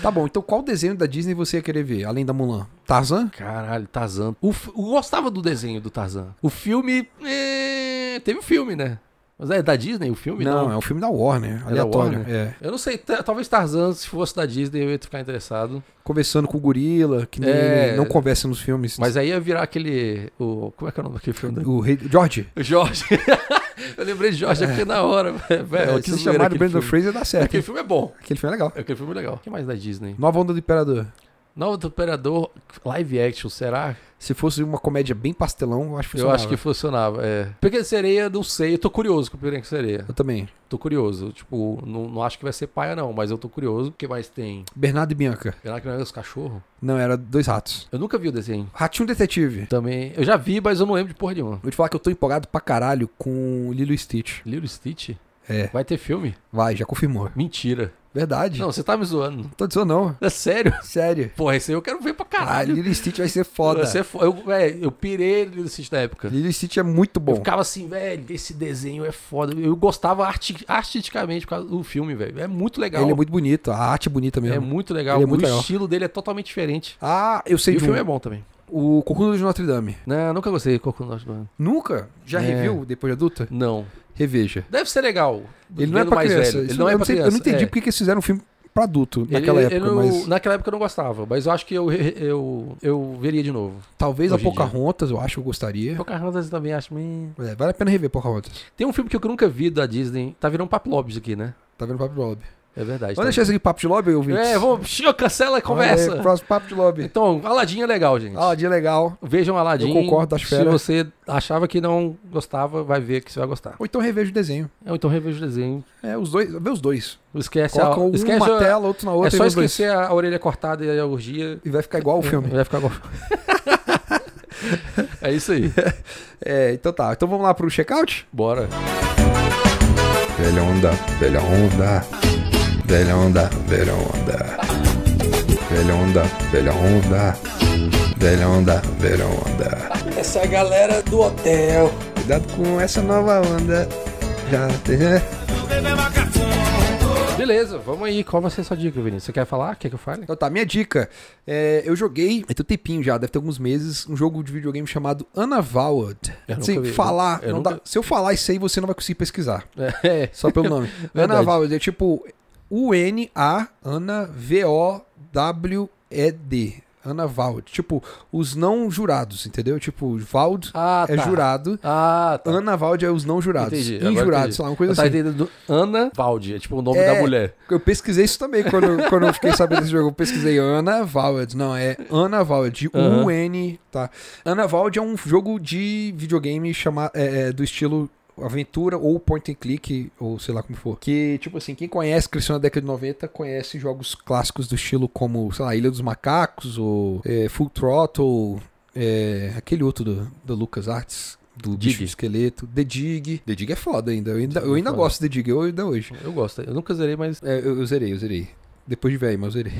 Tá bom, então qual desenho da Disney você ia querer ver, além da Mulan? Tarzan?
Caralho, Tarzan. O, fi- eu gostava do desenho do Tarzan. O filme. é, Teve o filme, né? Mas é da Disney o filme?
Não, é um filme da Warner,
É da
aleatório.
Warner?
É.
Eu não sei, ta- talvez Tarzan, se fosse da Disney, eu ia ficar interessado.
Conversando com o gorila, que nem-
É.
não conversa nos filmes.
Mas aí ia virar aquele. O, como é que é o nome daquele filme?
O rei... George,
O Jorge. eu lembrei de Jorge aqui na hora. velho.
é, se
Que zoeira
chamar de
aquele
Brandon
filme.
Fraser dá certo.
Aquele
hein?
filme é bom.
Aquele filme é legal.
Aquele filme é legal. O que mais da Disney?
Nova Onda do Imperador.
Nova do Imperador, live action, será?
Se fosse uma comédia bem pastelão, eu acho que
Eu acho que funcionava, é. Pequena Sereia, não sei. Eu tô curioso com Pequena Sereia.
Eu também.
Tô curioso. Tipo, não, não acho que vai ser paia, não, mas eu tô curioso. O que mais tem?
Bernardo e Bianca.
Será que não é os cachorros?
Não, era dois ratos.
Eu nunca vi o desenho.
Ratinho Detetive.
Também. Eu já vi, mas eu não lembro de porra nenhuma.
Vou te falar que eu tô empolgado pra caralho com Lilo e Stitch.
Little Stitch?
É.
Vai ter filme?
Vai, já confirmou.
Mentira.
Verdade. Não,
Não, você tá me zoando.
tô dizendo não.
É sério?
Sério.
Porra, esse aí eu quero ver pra
Ah,
caralho.
Lilo e Stitch vai ser foda.
Você é fo- eu, véi, eu pirei no Little Stitch na época.
Lilo e Stitch é muito
Eu
bom.
ficava assim, velho, esse desenho é foda. Eu gostava arti artisticamente por causa do filme, velho. É muito legal.
Ele é muito bonito, a arte é bonita mesmo.
É muito legal.
Ele é muito
o
legal.
estilo dele é totalmente diferente.
Ah, eu sei
e o
de
filme é
um.
bom também.
O Corcunda de Notre Dame.
Não, nunca gostei de Coco Norte Band.
Nunca? Já
É.
reviu depois de adulta?
Não.
Reveja.
Deve ser legal.
Ele não é
Vendo
pra
mais
criança.
velho. Ele
Isso
não é
eu,
pra
não sei- eu
criança.
não entendi
é.
porque que fizeram um filme pra adulto
Ele-
naquela
ele
época,
não-
mas
Naquela época eu não gostava, mas eu acho que eu, re- eu, eu veria de novo.
talvez a
hoje em dia.
Pocahontas, eu acho que eu gostaria.
Pocahontas eu também acho meio...
É, vale a pena rever Pocahontas.
Tem um filme que eu nunca vi da Disney. Tá virando papo lobby isso aqui, né?
Tá vendo Papo de Lobby?
É verdade.
Vamos deixar esse aqui papo de lobby, ouvintes?
É, vamos... Xô, Cancela a conversa.
É, próximo papo de lobby.
Então, Aladdin é legal, gente.
Ah, dia legal.
Vejam Aladdin.
Eu concordo, acho
Se
fera.
você achava que não gostava, vai ver que você vai gostar.
Ou então reveja o desenho.
Ou então reveja o desenho.
É, os dois, vê os dois.
Esquece
Coloca
a...
um
é esquece
numa
a-
tela, outro na outra
É só
e vê os dois.
esquecer a, a orelha cortada e a orgia.
E vai ficar igual o filme.
Vai ficar igual. é isso aí.
É, então tá. Então vamos lá pro check-out?
Bora.
Velha onda, velha onda. Velha onda, velha onda. Velha onda, velha onda. Velha onda, velha onda.
Essa galera do hotel.
Cuidado com essa nova onda. Já tem. né?
Beleza, vamos aí. Qual vai ser a sua dica, Vinícius? Você quer falar? Quer que eu fale?
Então tá, minha dica. É, eu joguei, tem um tempinho já, deve ter alguns meses, um jogo de videogame chamado Unavowed.
Eu nunca
Sem
vi. né?
falar,
Eu
não
nunca-
dá- se eu falar isso aí, você não vai conseguir pesquisar.
É.
Só pelo nome.
Verdade.
Unavowed é tipo U-N-A, Ana V-O-W-E-D. Unavowed. Tipo, os não jurados, entendeu? Tipo, Vald
Ah,
é
tá.
jurado.
Ah, tá.
Ana Vald é os não jurados.
Entendi. agora
Injurados,
entendi.
sei lá, uma coisa
eu tava
assim.
entendendo Ana Valdi, é tipo o nome
É.
da mulher.
Eu pesquisei isso também quando, quando eu fiquei sabendo desse jogo. Eu pesquisei Ana Vald. Não, é Ana Vald.
Aham.
U-N, tá? Ana Vald é um jogo de videogame chama, é, é, do estilo aventura ou point and click, ou sei lá como for. Que, tipo assim, quem conhece cresceu na década de 90 conhece jogos clássicos do estilo como, sei lá, Ilha dos Macacos, ou é, Full Throttle, é, aquele outro do, do Lucas Arts. Do
Dig.
bicho esqueleto, The Dig. The Dig é foda ainda. Eu ainda, eu
é
ainda
foda.
gosto de The Dig, eu ainda hoje.
Eu gosto. Eu nunca zerei, mas.
É, eu, eu zerei, eu zerei. Depois de velho, mas eu zerei.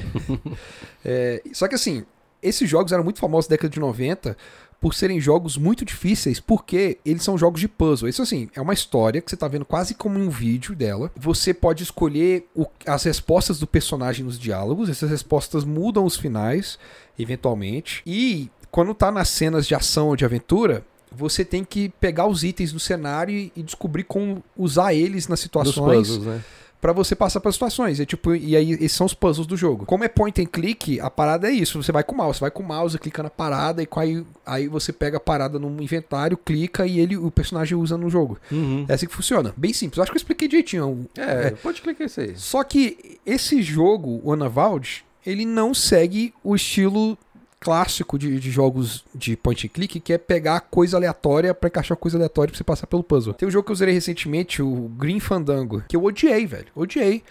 É, só que assim, esses jogos eram muito famosos na década de 90 por serem jogos muito difíceis, porque eles são jogos de puzzle. Isso assim, é uma história que você tá vendo quase como um vídeo dela. Você pode escolher o- as respostas do personagem nos diálogos, essas respostas mudam os finais, eventualmente. E quando tá nas cenas de ação ou de aventura, você tem que pegar os itens do cenário e e descobrir como usar eles nas
Dos
situações.
puzzles, né?
Pra você passar para situações. É tipo, e aí esses são os puzzles do jogo. Como é point and click, a parada é isso. Você vai com o mouse, vai com o mouse, clica na parada e com- aí, aí você pega a parada no inventário, clica e ele o personagem usa no jogo.
Uhum.
É assim que funciona. Bem simples. Eu Acho que eu expliquei direitinho. um
É, pode clicar isso aí.
Só que esse jogo, o Anavald, ele não segue o estilo clássico de, de jogos de point and click, que é pegar coisa aleatória pra encaixar coisa aleatória pra você passar pelo puzzle. Tem um jogo que eu zerei recentemente, o Green Fandango, que eu odiei, velho. Odiei.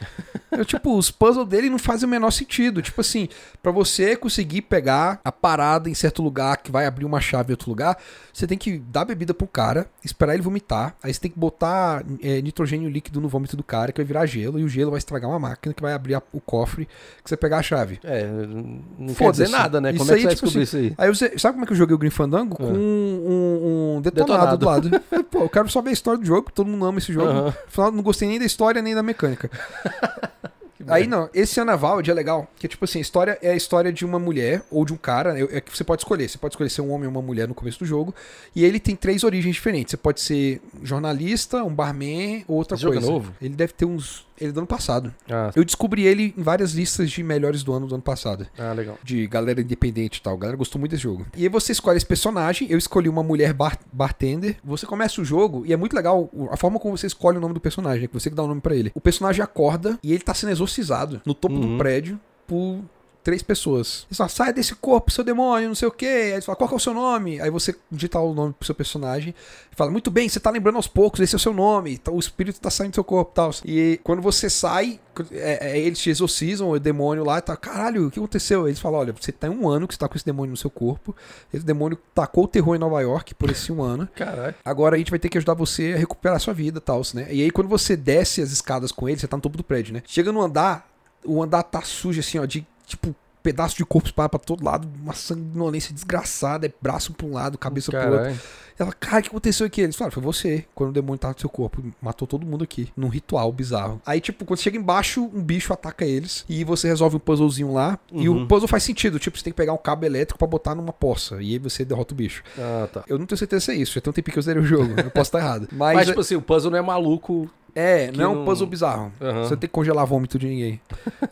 Eu, tipo, os puzzles dele não fazem o menor sentido. Tipo assim, pra você conseguir pegar a parada em certo lugar que vai abrir uma chave em outro lugar, você tem que dar bebida pro cara, esperar ele vomitar, aí você tem que botar é, nitrogênio líquido no vômito do cara, que vai virar gelo, e o gelo vai estragar uma máquina que vai abrir a- o cofre que você pegar a chave.
É, não quer
Foda-se.
dizer nada, né?
Isso
Como é que
aí,
vai
tipo
descobrir
assim,
isso aí.
Aí você, sabe como é que eu joguei o Green Fandango? Com um, um- um detonado, do lado. Pô, eu quero só ver a história do jogo, todo mundo ama esse jogo.
Aham.
Afinal, não gostei nem da história, nem da mecânica. Aí não, esse Ana Valde é legal, que tipo assim, a história é a história de uma mulher ou de um cara, eu- é que você pode escolher, você pode escolher ser um homem ou uma mulher no começo do jogo, e ele tem três origens diferentes, você pode ser jornalista, um barman ou outra
Esse jogo é
coisa.
novo?
Ele deve ter uns, ele é do ano passado.
Ah,
Eu descobri ele em várias listas de melhores do ano do ano passado
ah, legal.
de galera independente e tal. A galera gostou muito desse jogo. E aí você escolhe esse personagem. Eu escolhi uma mulher bar- bartender. Você começa o jogo e é muito legal o- a forma como você escolhe o nome do personagem. É que você que dá o nome pra ele. O personagem acorda e ele tá sendo exorcizado no topo
Uhum.
do prédio por três pessoas. Eles falam, sai desse corpo, seu demônio, não sei o quê. Aí eles falam, qual que é o seu nome? Aí você digita o nome pro seu personagem e fala, muito bem, você tá lembrando aos poucos, esse é o seu nome, tá- o espírito tá saindo do seu corpo e tal. E quando você sai, é- é- eles te exorcizam, o demônio lá, tá, caralho, o que aconteceu? Eles falam, olha, você tá em um ano que você tá com esse demônio no seu corpo, esse demônio tacou o terror em Nova York por esse um ano,
Caralho.
Agora a gente vai ter que ajudar você a recuperar a sua vida e tal, né? E aí quando você desce as escadas com ele, você tá no topo do prédio, né? Chega no andar, o andar tá sujo assim, ó, de tipo pedaço de corpo espalhado pra todo lado, uma sanguinolência desgraçada, é braço pra um lado, cabeça pro outro.
Caralho.
Ela, cara, o que aconteceu aqui? Eles falaram, foi você, quando o demônio tava no seu corpo, matou todo mundo aqui, num ritual bizarro. Aí, tipo, quando chega embaixo, um bicho ataca eles e você resolve um puzzlezinho lá. E
Uhum.
o puzzle faz sentido, tipo, você tem que pegar um cabo elétrico pra botar numa poça. E aí você derrota o bicho.
Ah, tá.
Eu não tenho certeza se é isso, já tem um tempinho que eu zerei o jogo, eu posso estar errado. Mas,
Mas, tipo assim, o puzzle não é maluco.
é,
que
não é
não-
um puzzle bizarro.
Aham.
Você não tem que congelar vômito de ninguém.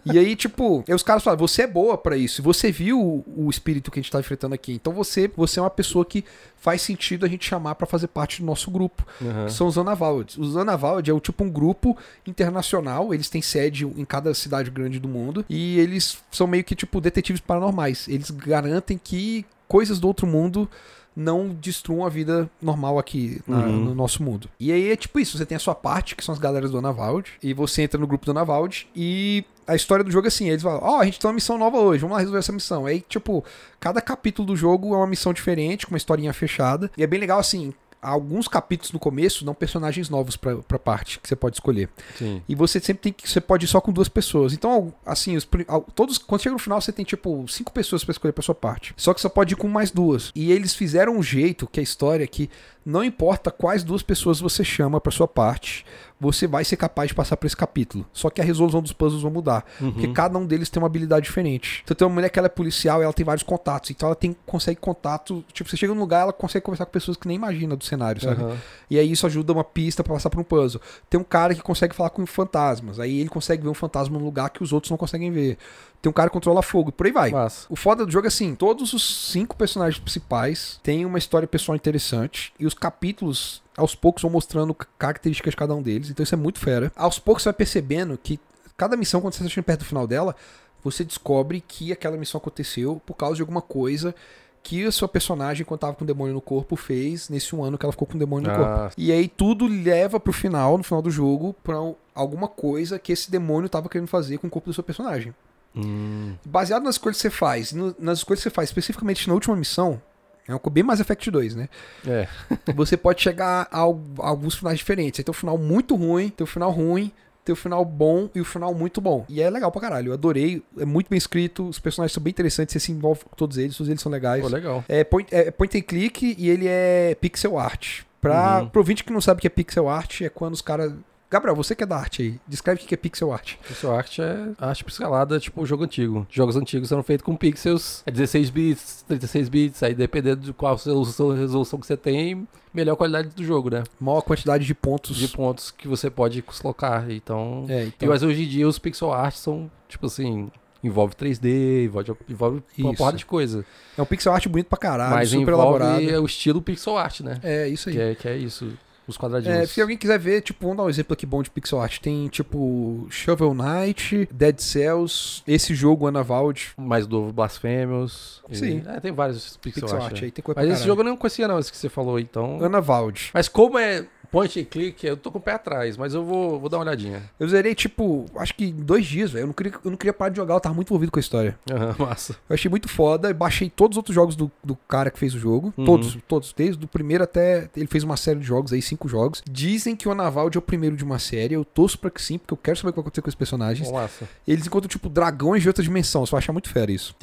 e aí, tipo, aí os caras falam, você é boa pra isso, você viu o, o espírito que a gente tá enfrentando aqui, então você, você é uma pessoa que faz sentido a gente chamar pra fazer parte do nosso grupo
Aham.
que são os Anavalds. Os Anavalds é o tipo um grupo internacional, eles têm sede em cada cidade grande do mundo e eles são meio que tipo detetives paranormais. Eles garantem que coisas do outro mundo não destruam a vida normal aqui na-
Uhum.
no nosso mundo. E aí é tipo isso, você tem a sua parte, que são as galeras do Anavald, e você entra no grupo do Anavald e a história do jogo é assim, eles falam, ó, a gente tem uma missão nova hoje, vamos lá resolver essa missão. Aí, tipo, cada capítulo do jogo é uma missão diferente, com uma historinha fechada, e é bem legal assim, alguns capítulos no começo dão personagens novos pra, pra parte que você pode escolher.
Sim.
E você sempre tem que. Você pode ir só com duas pessoas. Então, assim, os pri- al- todos. Quando chega no final, você tem, tipo, cinco pessoas pra escolher pra sua parte. Só que só pode ir com mais duas. E eles fizeram um jeito, que é a história, que não importa quais duas pessoas você chama pra sua parte, você vai ser capaz de passar por esse capítulo. Só que a resolução dos puzzles vai mudar. Porque cada um deles tem uma habilidade diferente. Então tem uma mulher que ela é policial e ela tem vários contatos. Então ela tem, consegue contato. Tipo, você chega num lugar, ela consegue conversar com pessoas que nem imagina do cenário, sabe?
Aham.
E aí isso ajuda uma pista pra passar por um puzzle. Tem um cara que consegue falar com fantasmas. Aí ele consegue ver um fantasma num lugar que os outros não conseguem ver. Tem um cara que controla fogo, por aí vai.
Massa.
O foda do jogo é assim, todos os cinco personagens principais têm uma história pessoal interessante e os capítulos aos poucos vão mostrando c- características de cada um deles, então isso é muito fera. Aos poucos você vai percebendo que cada missão quando você está chegando perto do final dela, você descobre que aquela missão aconteceu por causa de alguma coisa que a sua personagem, quando tava com o demônio no corpo, fez nesse um ano que ela ficou com o demônio no corpo.
Ah,
E aí tudo leva pro final, no final do jogo, pra um- alguma coisa que esse demônio tava querendo fazer com o corpo do seu personagem.
hum.
Baseado nas escolhas que você faz, no- nas escolhas que você faz, especificamente na última missão, é uma coisa bem mais Effect 2, né?
É.
Você pode chegar a, al- a alguns finais diferentes. Aí Tem um final muito ruim, tem um final ruim, tem um final bom e o um final muito bom. E é legal pra caralho. Eu adorei, é muito bem escrito, os personagens são bem interessantes, você se envolve com todos eles, todos eles são legais.
Pô, legal.
É point, é point and click e ele é pixel art. Pra,
Uhum.
pro ouvinte que não sabe o que é pixel art, é quando os caras. Gabriel, você que é da arte aí, descreve o que é pixel art.
Pixel art é arte pixelada, tipo jogo antigo. Jogos antigos eram feitos com pixels, é 16 bits, 36 bits, aí dependendo de qual resolução, resolução que você tem, melhor qualidade do jogo, né?
Maior quantidade de pontos.
De pontos que você pode colocar. Então,
É,
E,
então.
mas hoje em dia os pixel art são, tipo assim, envolve 3D, envolve, envolve uma
Isso.
porrada de coisa.
É um pixel art bonito pra caralho,
mas
super
envolve
elaborado.
o estilo pixel art, né?
É, isso aí.
Que é, que é isso, os quadradinhos.
É, se alguém quiser ver, tipo, vamos dar um exemplo aqui bom de pixel art. Tem, tipo, Shovel Knight, Dead Cells, esse jogo, Anavald,
Mais novo, Blasphemous. e-
Sim.
é, tem vários pixel,
pixel
art.
art
né?
aí, tem coisa pra
Mas esse é
caralho.
jogo eu não conhecia não, esse que você falou, então...
Anavald.
Mas como é Point and click, eu tô com o pé atrás, mas eu vou, vou dar uma olhadinha.
Eu zerei, tipo, acho que em dois dias, velho. Eu, não queria- eu não queria parar de jogar, eu tava muito envolvido com a história.
Aham, massa.
Eu achei muito foda, eu baixei todos os outros jogos do, do cara que fez o jogo.
Uhum.
Todos, todos. Desde o primeiro até. Ele fez uma série de jogos aí, cinco jogos. Dizem que o Anavalde é o primeiro de uma série. Eu torço pra que sim, porque eu quero saber o que vai acontecer com os personagens.
Bom, massa.
Eles encontram, tipo, dragões de outra dimensão. Eu só achar muito fera isso.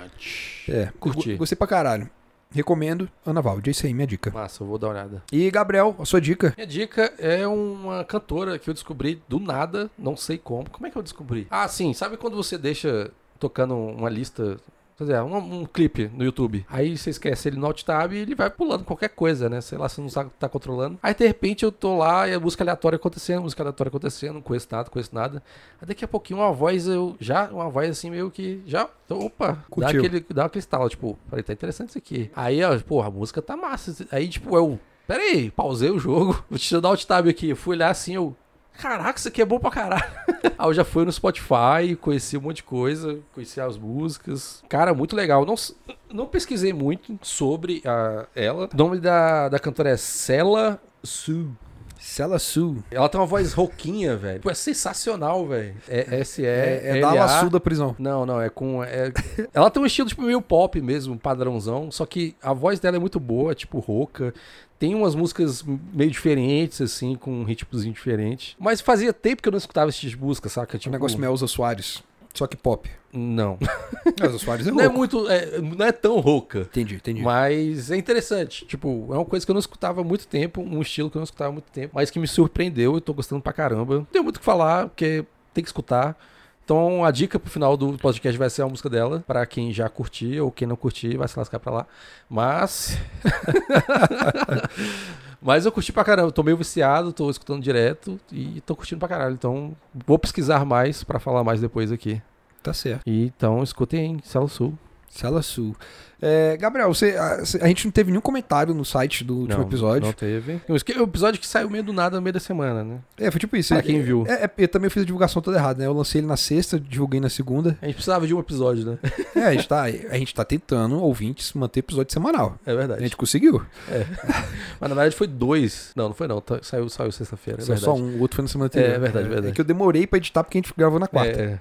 Interessante.
É,
Curti.
go- Gostei pra caralho. Recomendo, Anavalde. É isso aí, minha dica.
Massa, eu vou dar uma olhada.
E, Gabriel, a sua dica?
Minha dica é uma cantora que eu descobri do nada, não sei como. Como é que eu descobri? Ah, sim, sabe quando você deixa tocando uma lista, quer dizer, um, um clipe no YouTube? Aí você esquece ele no alt tab e ele vai pulando qualquer coisa, né? Sei lá, você não sabe o que tá controlando. Aí de repente eu tô lá e a música aleatória acontecendo, música aleatória acontecendo, não conheço nada, não conheço nada. Aí daqui a pouquinho uma voz eu já, uma voz assim meio que já, então, opa, dá
Curtiu.
aquele, dá aquele estalo, tipo, falei, tá interessante isso aqui. Aí, ó, porra, a música tá massa. Aí tipo, eu Pera aí, pausei o jogo. Vou te dar o alt tab aqui. Eu fui olhar assim, eu. Caraca, isso aqui é bom pra caralho. aí eu já fui no Spotify, conheci um monte de coisa, conheci as músicas. Cara, muito legal. Não, s- não pesquisei muito sobre a, ela. O nome da, da cantora é Cela Su.
Sela Sul.
Ela tem uma voz rouquinha, velho. Pô, é sensacional, velho. É, esse
É,
é,
é da ala sul da prisão.
não, não, é com. é- Ela tem um estilo tipo meio pop mesmo, padrãozão. Só que a voz dela é muito boa, tipo rouca. Tem umas músicas meio diferentes, assim, com um ritmozinho diferente. Mas fazia tempo que eu não escutava esse tipo de música, saca?
O
Tipo,
É um negócio meio Elza Soares. Só que pop.
Não.
Elza Soares é
Não é
louco.
muito. é, não é tão rouca.
Entendi, entendi.
Mas é interessante. Tipo, é uma coisa que eu não escutava há muito tempo, um estilo que eu não escutava há muito tempo, mas que me surpreendeu. Eu tô gostando pra caramba. Não tem muito o que falar, porque tem que escutar. Então a dica pro final do podcast vai ser a música dela, pra quem já curtir ou quem não curtir, vai se lascar pra lá. Mas. Mas eu curti pra caramba, tô meio viciado, tô escutando direto e tô curtindo pra caralho. Então vou pesquisar mais pra falar mais depois aqui.
Tá certo.
E, então escutem aí, Celo Sul.
Sala Sul. É, Gabriel, você, a, cê- a gente não teve nenhum comentário no site do último episódio.
Não teve. O episódio que saiu meio do nada, no meio da semana, né?
É, foi tipo isso.
Pra
É-
quem viu.
é- é, eu também fiz a divulgação toda errada, né? Eu lancei ele na sexta, divulguei na segunda.
A gente precisava de um episódio, né?
É, a gente tá, a gente tá tentando, ouvintes, manter episódio semanal.
É
A
verdade.
gente conseguiu.
Mas na verdade foi dois. Não, não foi não. Tá- Saiu, saiu sexta-feira. É
Só,
verdade.
só um, o outro foi na semana anterior.
É, verdade, verdade.
É que eu demorei pra editar porque a gente gravou na quarta.
É,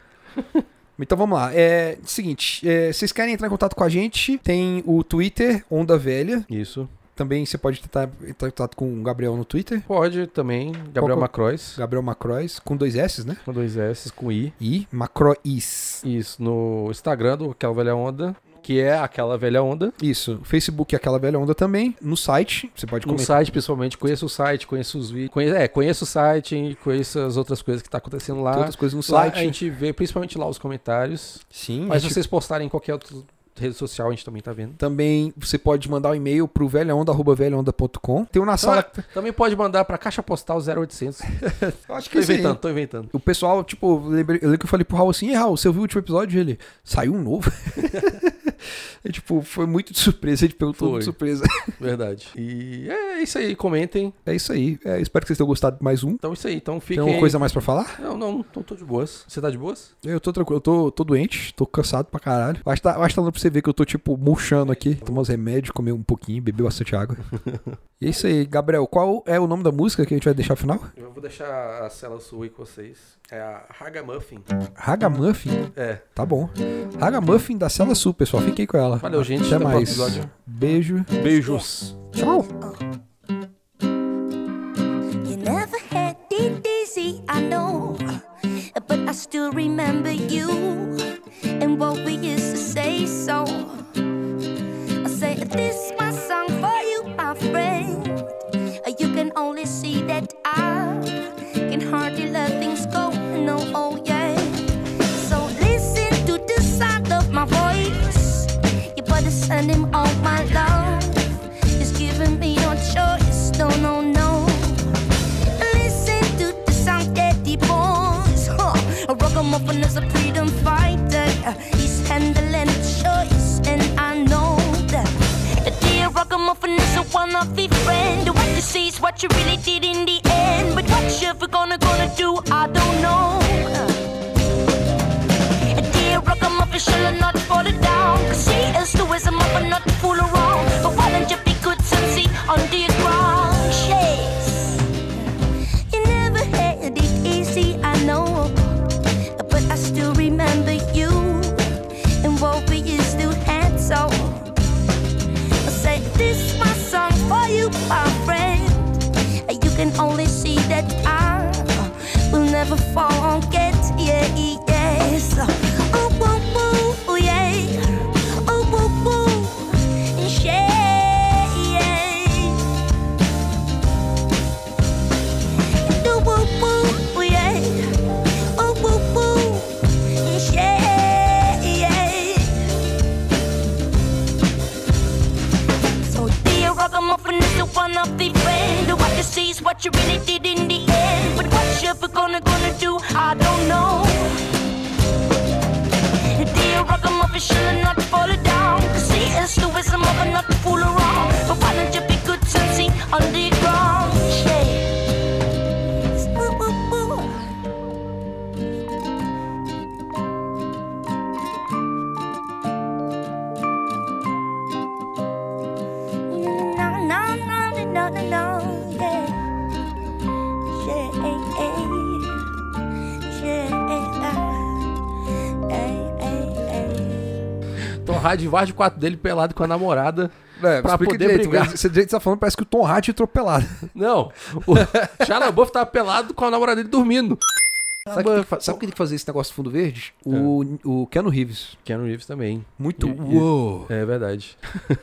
Então vamos lá. É, seguinte, é, vocês querem entrar em contato com a gente? Tem o Twitter, Onda Velha.
isso.
Também você pode tentar entrar em contato com o Gabriel no Twitter.
Pode também. Gabriel
que-
Macrois.
Gabriel Macrois, com dois S, né?
Com dois S, com I.
E Macrois.
Isso. No Instagram do Aquela Velha Onda. Que é aquela velha onda.
Isso, o Facebook é aquela velha onda também. No site, você pode
No
comentar.
site, principalmente. Conheça o site, conheça os vídeos. Conhe... É, conheça o site, conheça as outras coisas que tá acontecendo lá.
Tem outras coisas no
Lá
site.
a gente vê, principalmente lá os comentários.
Sim,
Mas
a gente-
se vocês postarem em qualquer outra rede social, a gente também tá vendo.
também você pode mandar um e-mail pro velhaonda.velhaonda.com. Tem o na
Então,
sala.
Também pode mandar pra Caixa Postal 0800.
Eu acho
Tô inventando, tô inventando.
O pessoal, tipo, eu lembrei, eu lembro que eu falei pro Raul assim, e Raul, você ouviu o último episódio? Ele, saiu um novo? e, tipo, foi muito de surpresa, ele perguntou
Foi.
de surpresa.
Verdade. E é isso aí, comentem.
É isso aí, é, espero que vocês tenham gostado de mais um.
Então é isso aí, então
Tem
fiquem...
alguma coisa a mais pra falar?
Não, não, não tô de boas. Você tá de boas?
Eu tô tranquilo, eu tô, tô doente, tô cansado pra caralho. Acho que tá, acho que tá dando pra você ver que eu tô, tipo, murchando aqui. Tomar uns remédios, comer um pouquinho, beber bastante água. e é isso aí, Gabriel. Qual é o nome da música que a gente vai deixar no final?
Eu vou deixar a cela sua aí com vocês. É a Ragamuffin.
Ragamuffin?
É.
Tá bom. Ragamuffin da Cela Sul, pessoal. Fiquem com ela.
Valeu, gente.
Até
Até o próximo
mais.
episódio.
Beijo.
Beijos.
Tchau.
You never had it easy, I know. But I still remember you and what we used to say so. I say, This is my song for you, my friend. You can only see that I can hardly let things go. No, oh yeah. So listen to the sound of my voice. You better send him all my love. He's giving me no choice. No, no, no. Listen to the sound that he bones. Huh. A ragamuffin is a freedom fighter. He's handling the choice, and I know that. The dear ragamuffin is a one of the friend. What you see is what you really did in the end. But what you ever gonna gonna do, I don't know. A dear ragamuffin shall not fall down. Cause she is the wisdom of a not to fool around. But why don't you be good and see on the ground? Yes. never forget. Yeah, yes. Oh, woo, woo, yeah. Oh, woo, woo, yeah, yeah. Do woo, woo, yeah. Oh, woo, woo, yeah, yeah. So dear ragamuffin is the one of the friend who what you see is what you really did in the end. But what you're gonna gonna do, I don't know. Dear ragamuffin should not fall down. Cause he is the wisdom of a not to fool around. But why don't you be good and see underground? Yeah. It's woo, woo, woo. No, no, no, no, no, no, yeah. Yeah, yeah, yeah, yeah, yeah.
Tom Hardy invade o quarto dele pelado com a namorada
É,
pra
explica
poder
direito,
brigar.
Você direito tá falando, parece que o Tom Hardy atropelado.
Não, o Shia LaBeouf tava pelado com a namorada dele dormindo.
Sabe o que, tem que fa- sabe o que tem que fazer esse negócio do fundo verde? O, o Keanu Reeves.
Keanu Reeves também.
Muito.
E- e-
Uou!
É verdade.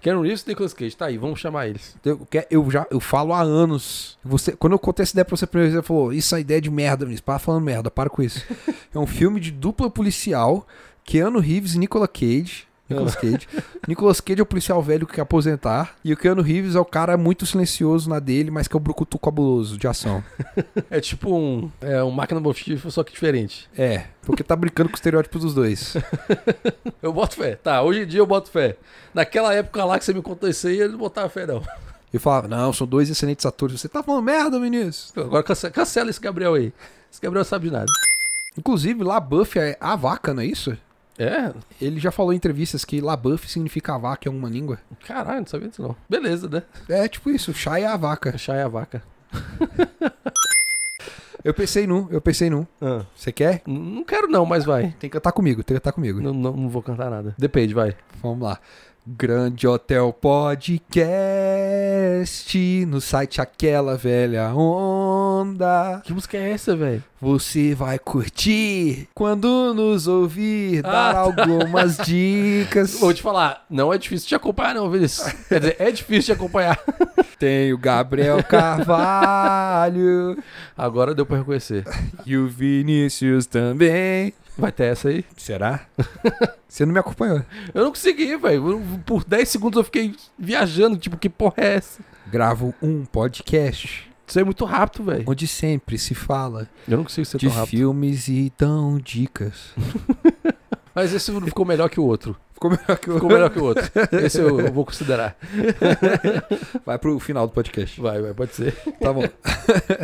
Keanu Reeves e Nicolas Cage. Tá aí, vamos chamar eles.
Então, Eu, que- eu já eu falo há anos. Você, quando eu contei essa ideia pra você a primeira vez, você falou: Isso é ideia de merda, Vinícius. Para falando merda, para com isso. é um filme de dupla policial: Keanu Reeves e Nicolas Cage. Nicolas Cage. Nicolas Cage é o policial velho que quer aposentar. E o Keanu Reeves é o cara muito silencioso na dele, mas que é o brucutu cabuloso de ação.
É tipo um, é um máquina motiva, só que diferente.
É, porque tá brincando com o estereótipo dos dois.
Eu boto fé. Tá, hoje em dia eu boto fé. Naquela época lá que você me contou isso aí, eu não botava fé, não.
E falava: Não, são dois excelentes atores. Você tá falando merda, Vinícius.
Agora cance- cancela esse Gabriel aí. Esse Gabriel sabe de nada.
Inclusive, LaBuff é a vaca, não é isso?
É?
Ele já falou em entrevistas que LaBuff significa a vaca em uma língua.
Caralho, não sabia disso não. Beleza, né?
É tipo isso, chá é a vaca.
Achar é a vaca.
Eu pensei num, eu pensei num.
Ah.
Você quer?
N- Não quero não, mas vai.
Tem que cantar comigo, tem que cantar comigo.
Não, não, não vou cantar nada. Depende, vai.
Vamos lá. Grande Hotel Podcast no site Aquela Velha Onda.
Que música é essa, velho?
Você vai curtir quando nos ouvir
Ah,
dar algumas dicas.
Vou te falar, não é difícil te acompanhar não, Vinícius. Quer dizer, é difícil te acompanhar.
Tem o Gabriel Carvalho
Agora deu pra reconhecer.
e o Vinícius também.
Vai ter essa aí?
Será? Você não me acompanhou.
Eu não consegui, velho. Eu- Por 10 segundos eu fiquei viajando, tipo, que porra é essa?
Gravo um podcast
Isso aí é muito rápido, velho.
onde sempre se fala
Eu não consigo ser
de
tão rápido.
filmes e dão dicas.
Mas esse ficou melhor que o outro.
Ficou melhor que o
Ficou melhor que o outro. Esse eu, eu vou considerar.
Vai pro final do podcast.
Vai, vai, pode ser.
Tá bom.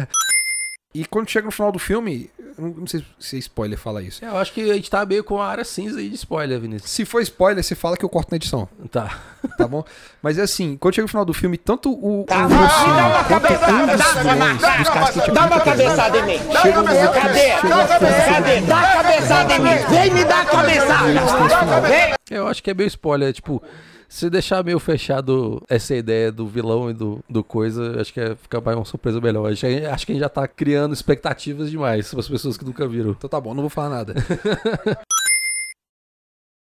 e quando chega no final do filme, não não sei se spoiler fala isso.
É, eu acho que a gente tá meio com a área cinza aí de spoiler, Vinícius.
Se for spoiler, você fala que eu corto na edição,
Tá.
tá bom? Mas é assim, quando chega no final do filme, tanto o, o
Tá
mocinho quanto um dos vilões, dos caras que tipo,
Dá uma cabeçada em mim.
Dá uma cabeçada.
Cadê?
Dá uma cabeçada.
Cadê? Dá a cabeçada em mim. Vem me dar a cabeçada. Vem.
Eu acho que é meio spoiler, tipo, se deixar meio fechado essa ideia do vilão e do, do coisa, eu acho que é, fica mais uma surpresa melhor. Acho que, acho que a gente já tá criando expectativas demais para as pessoas que nunca viram.
Então tá bom, não vou falar nada.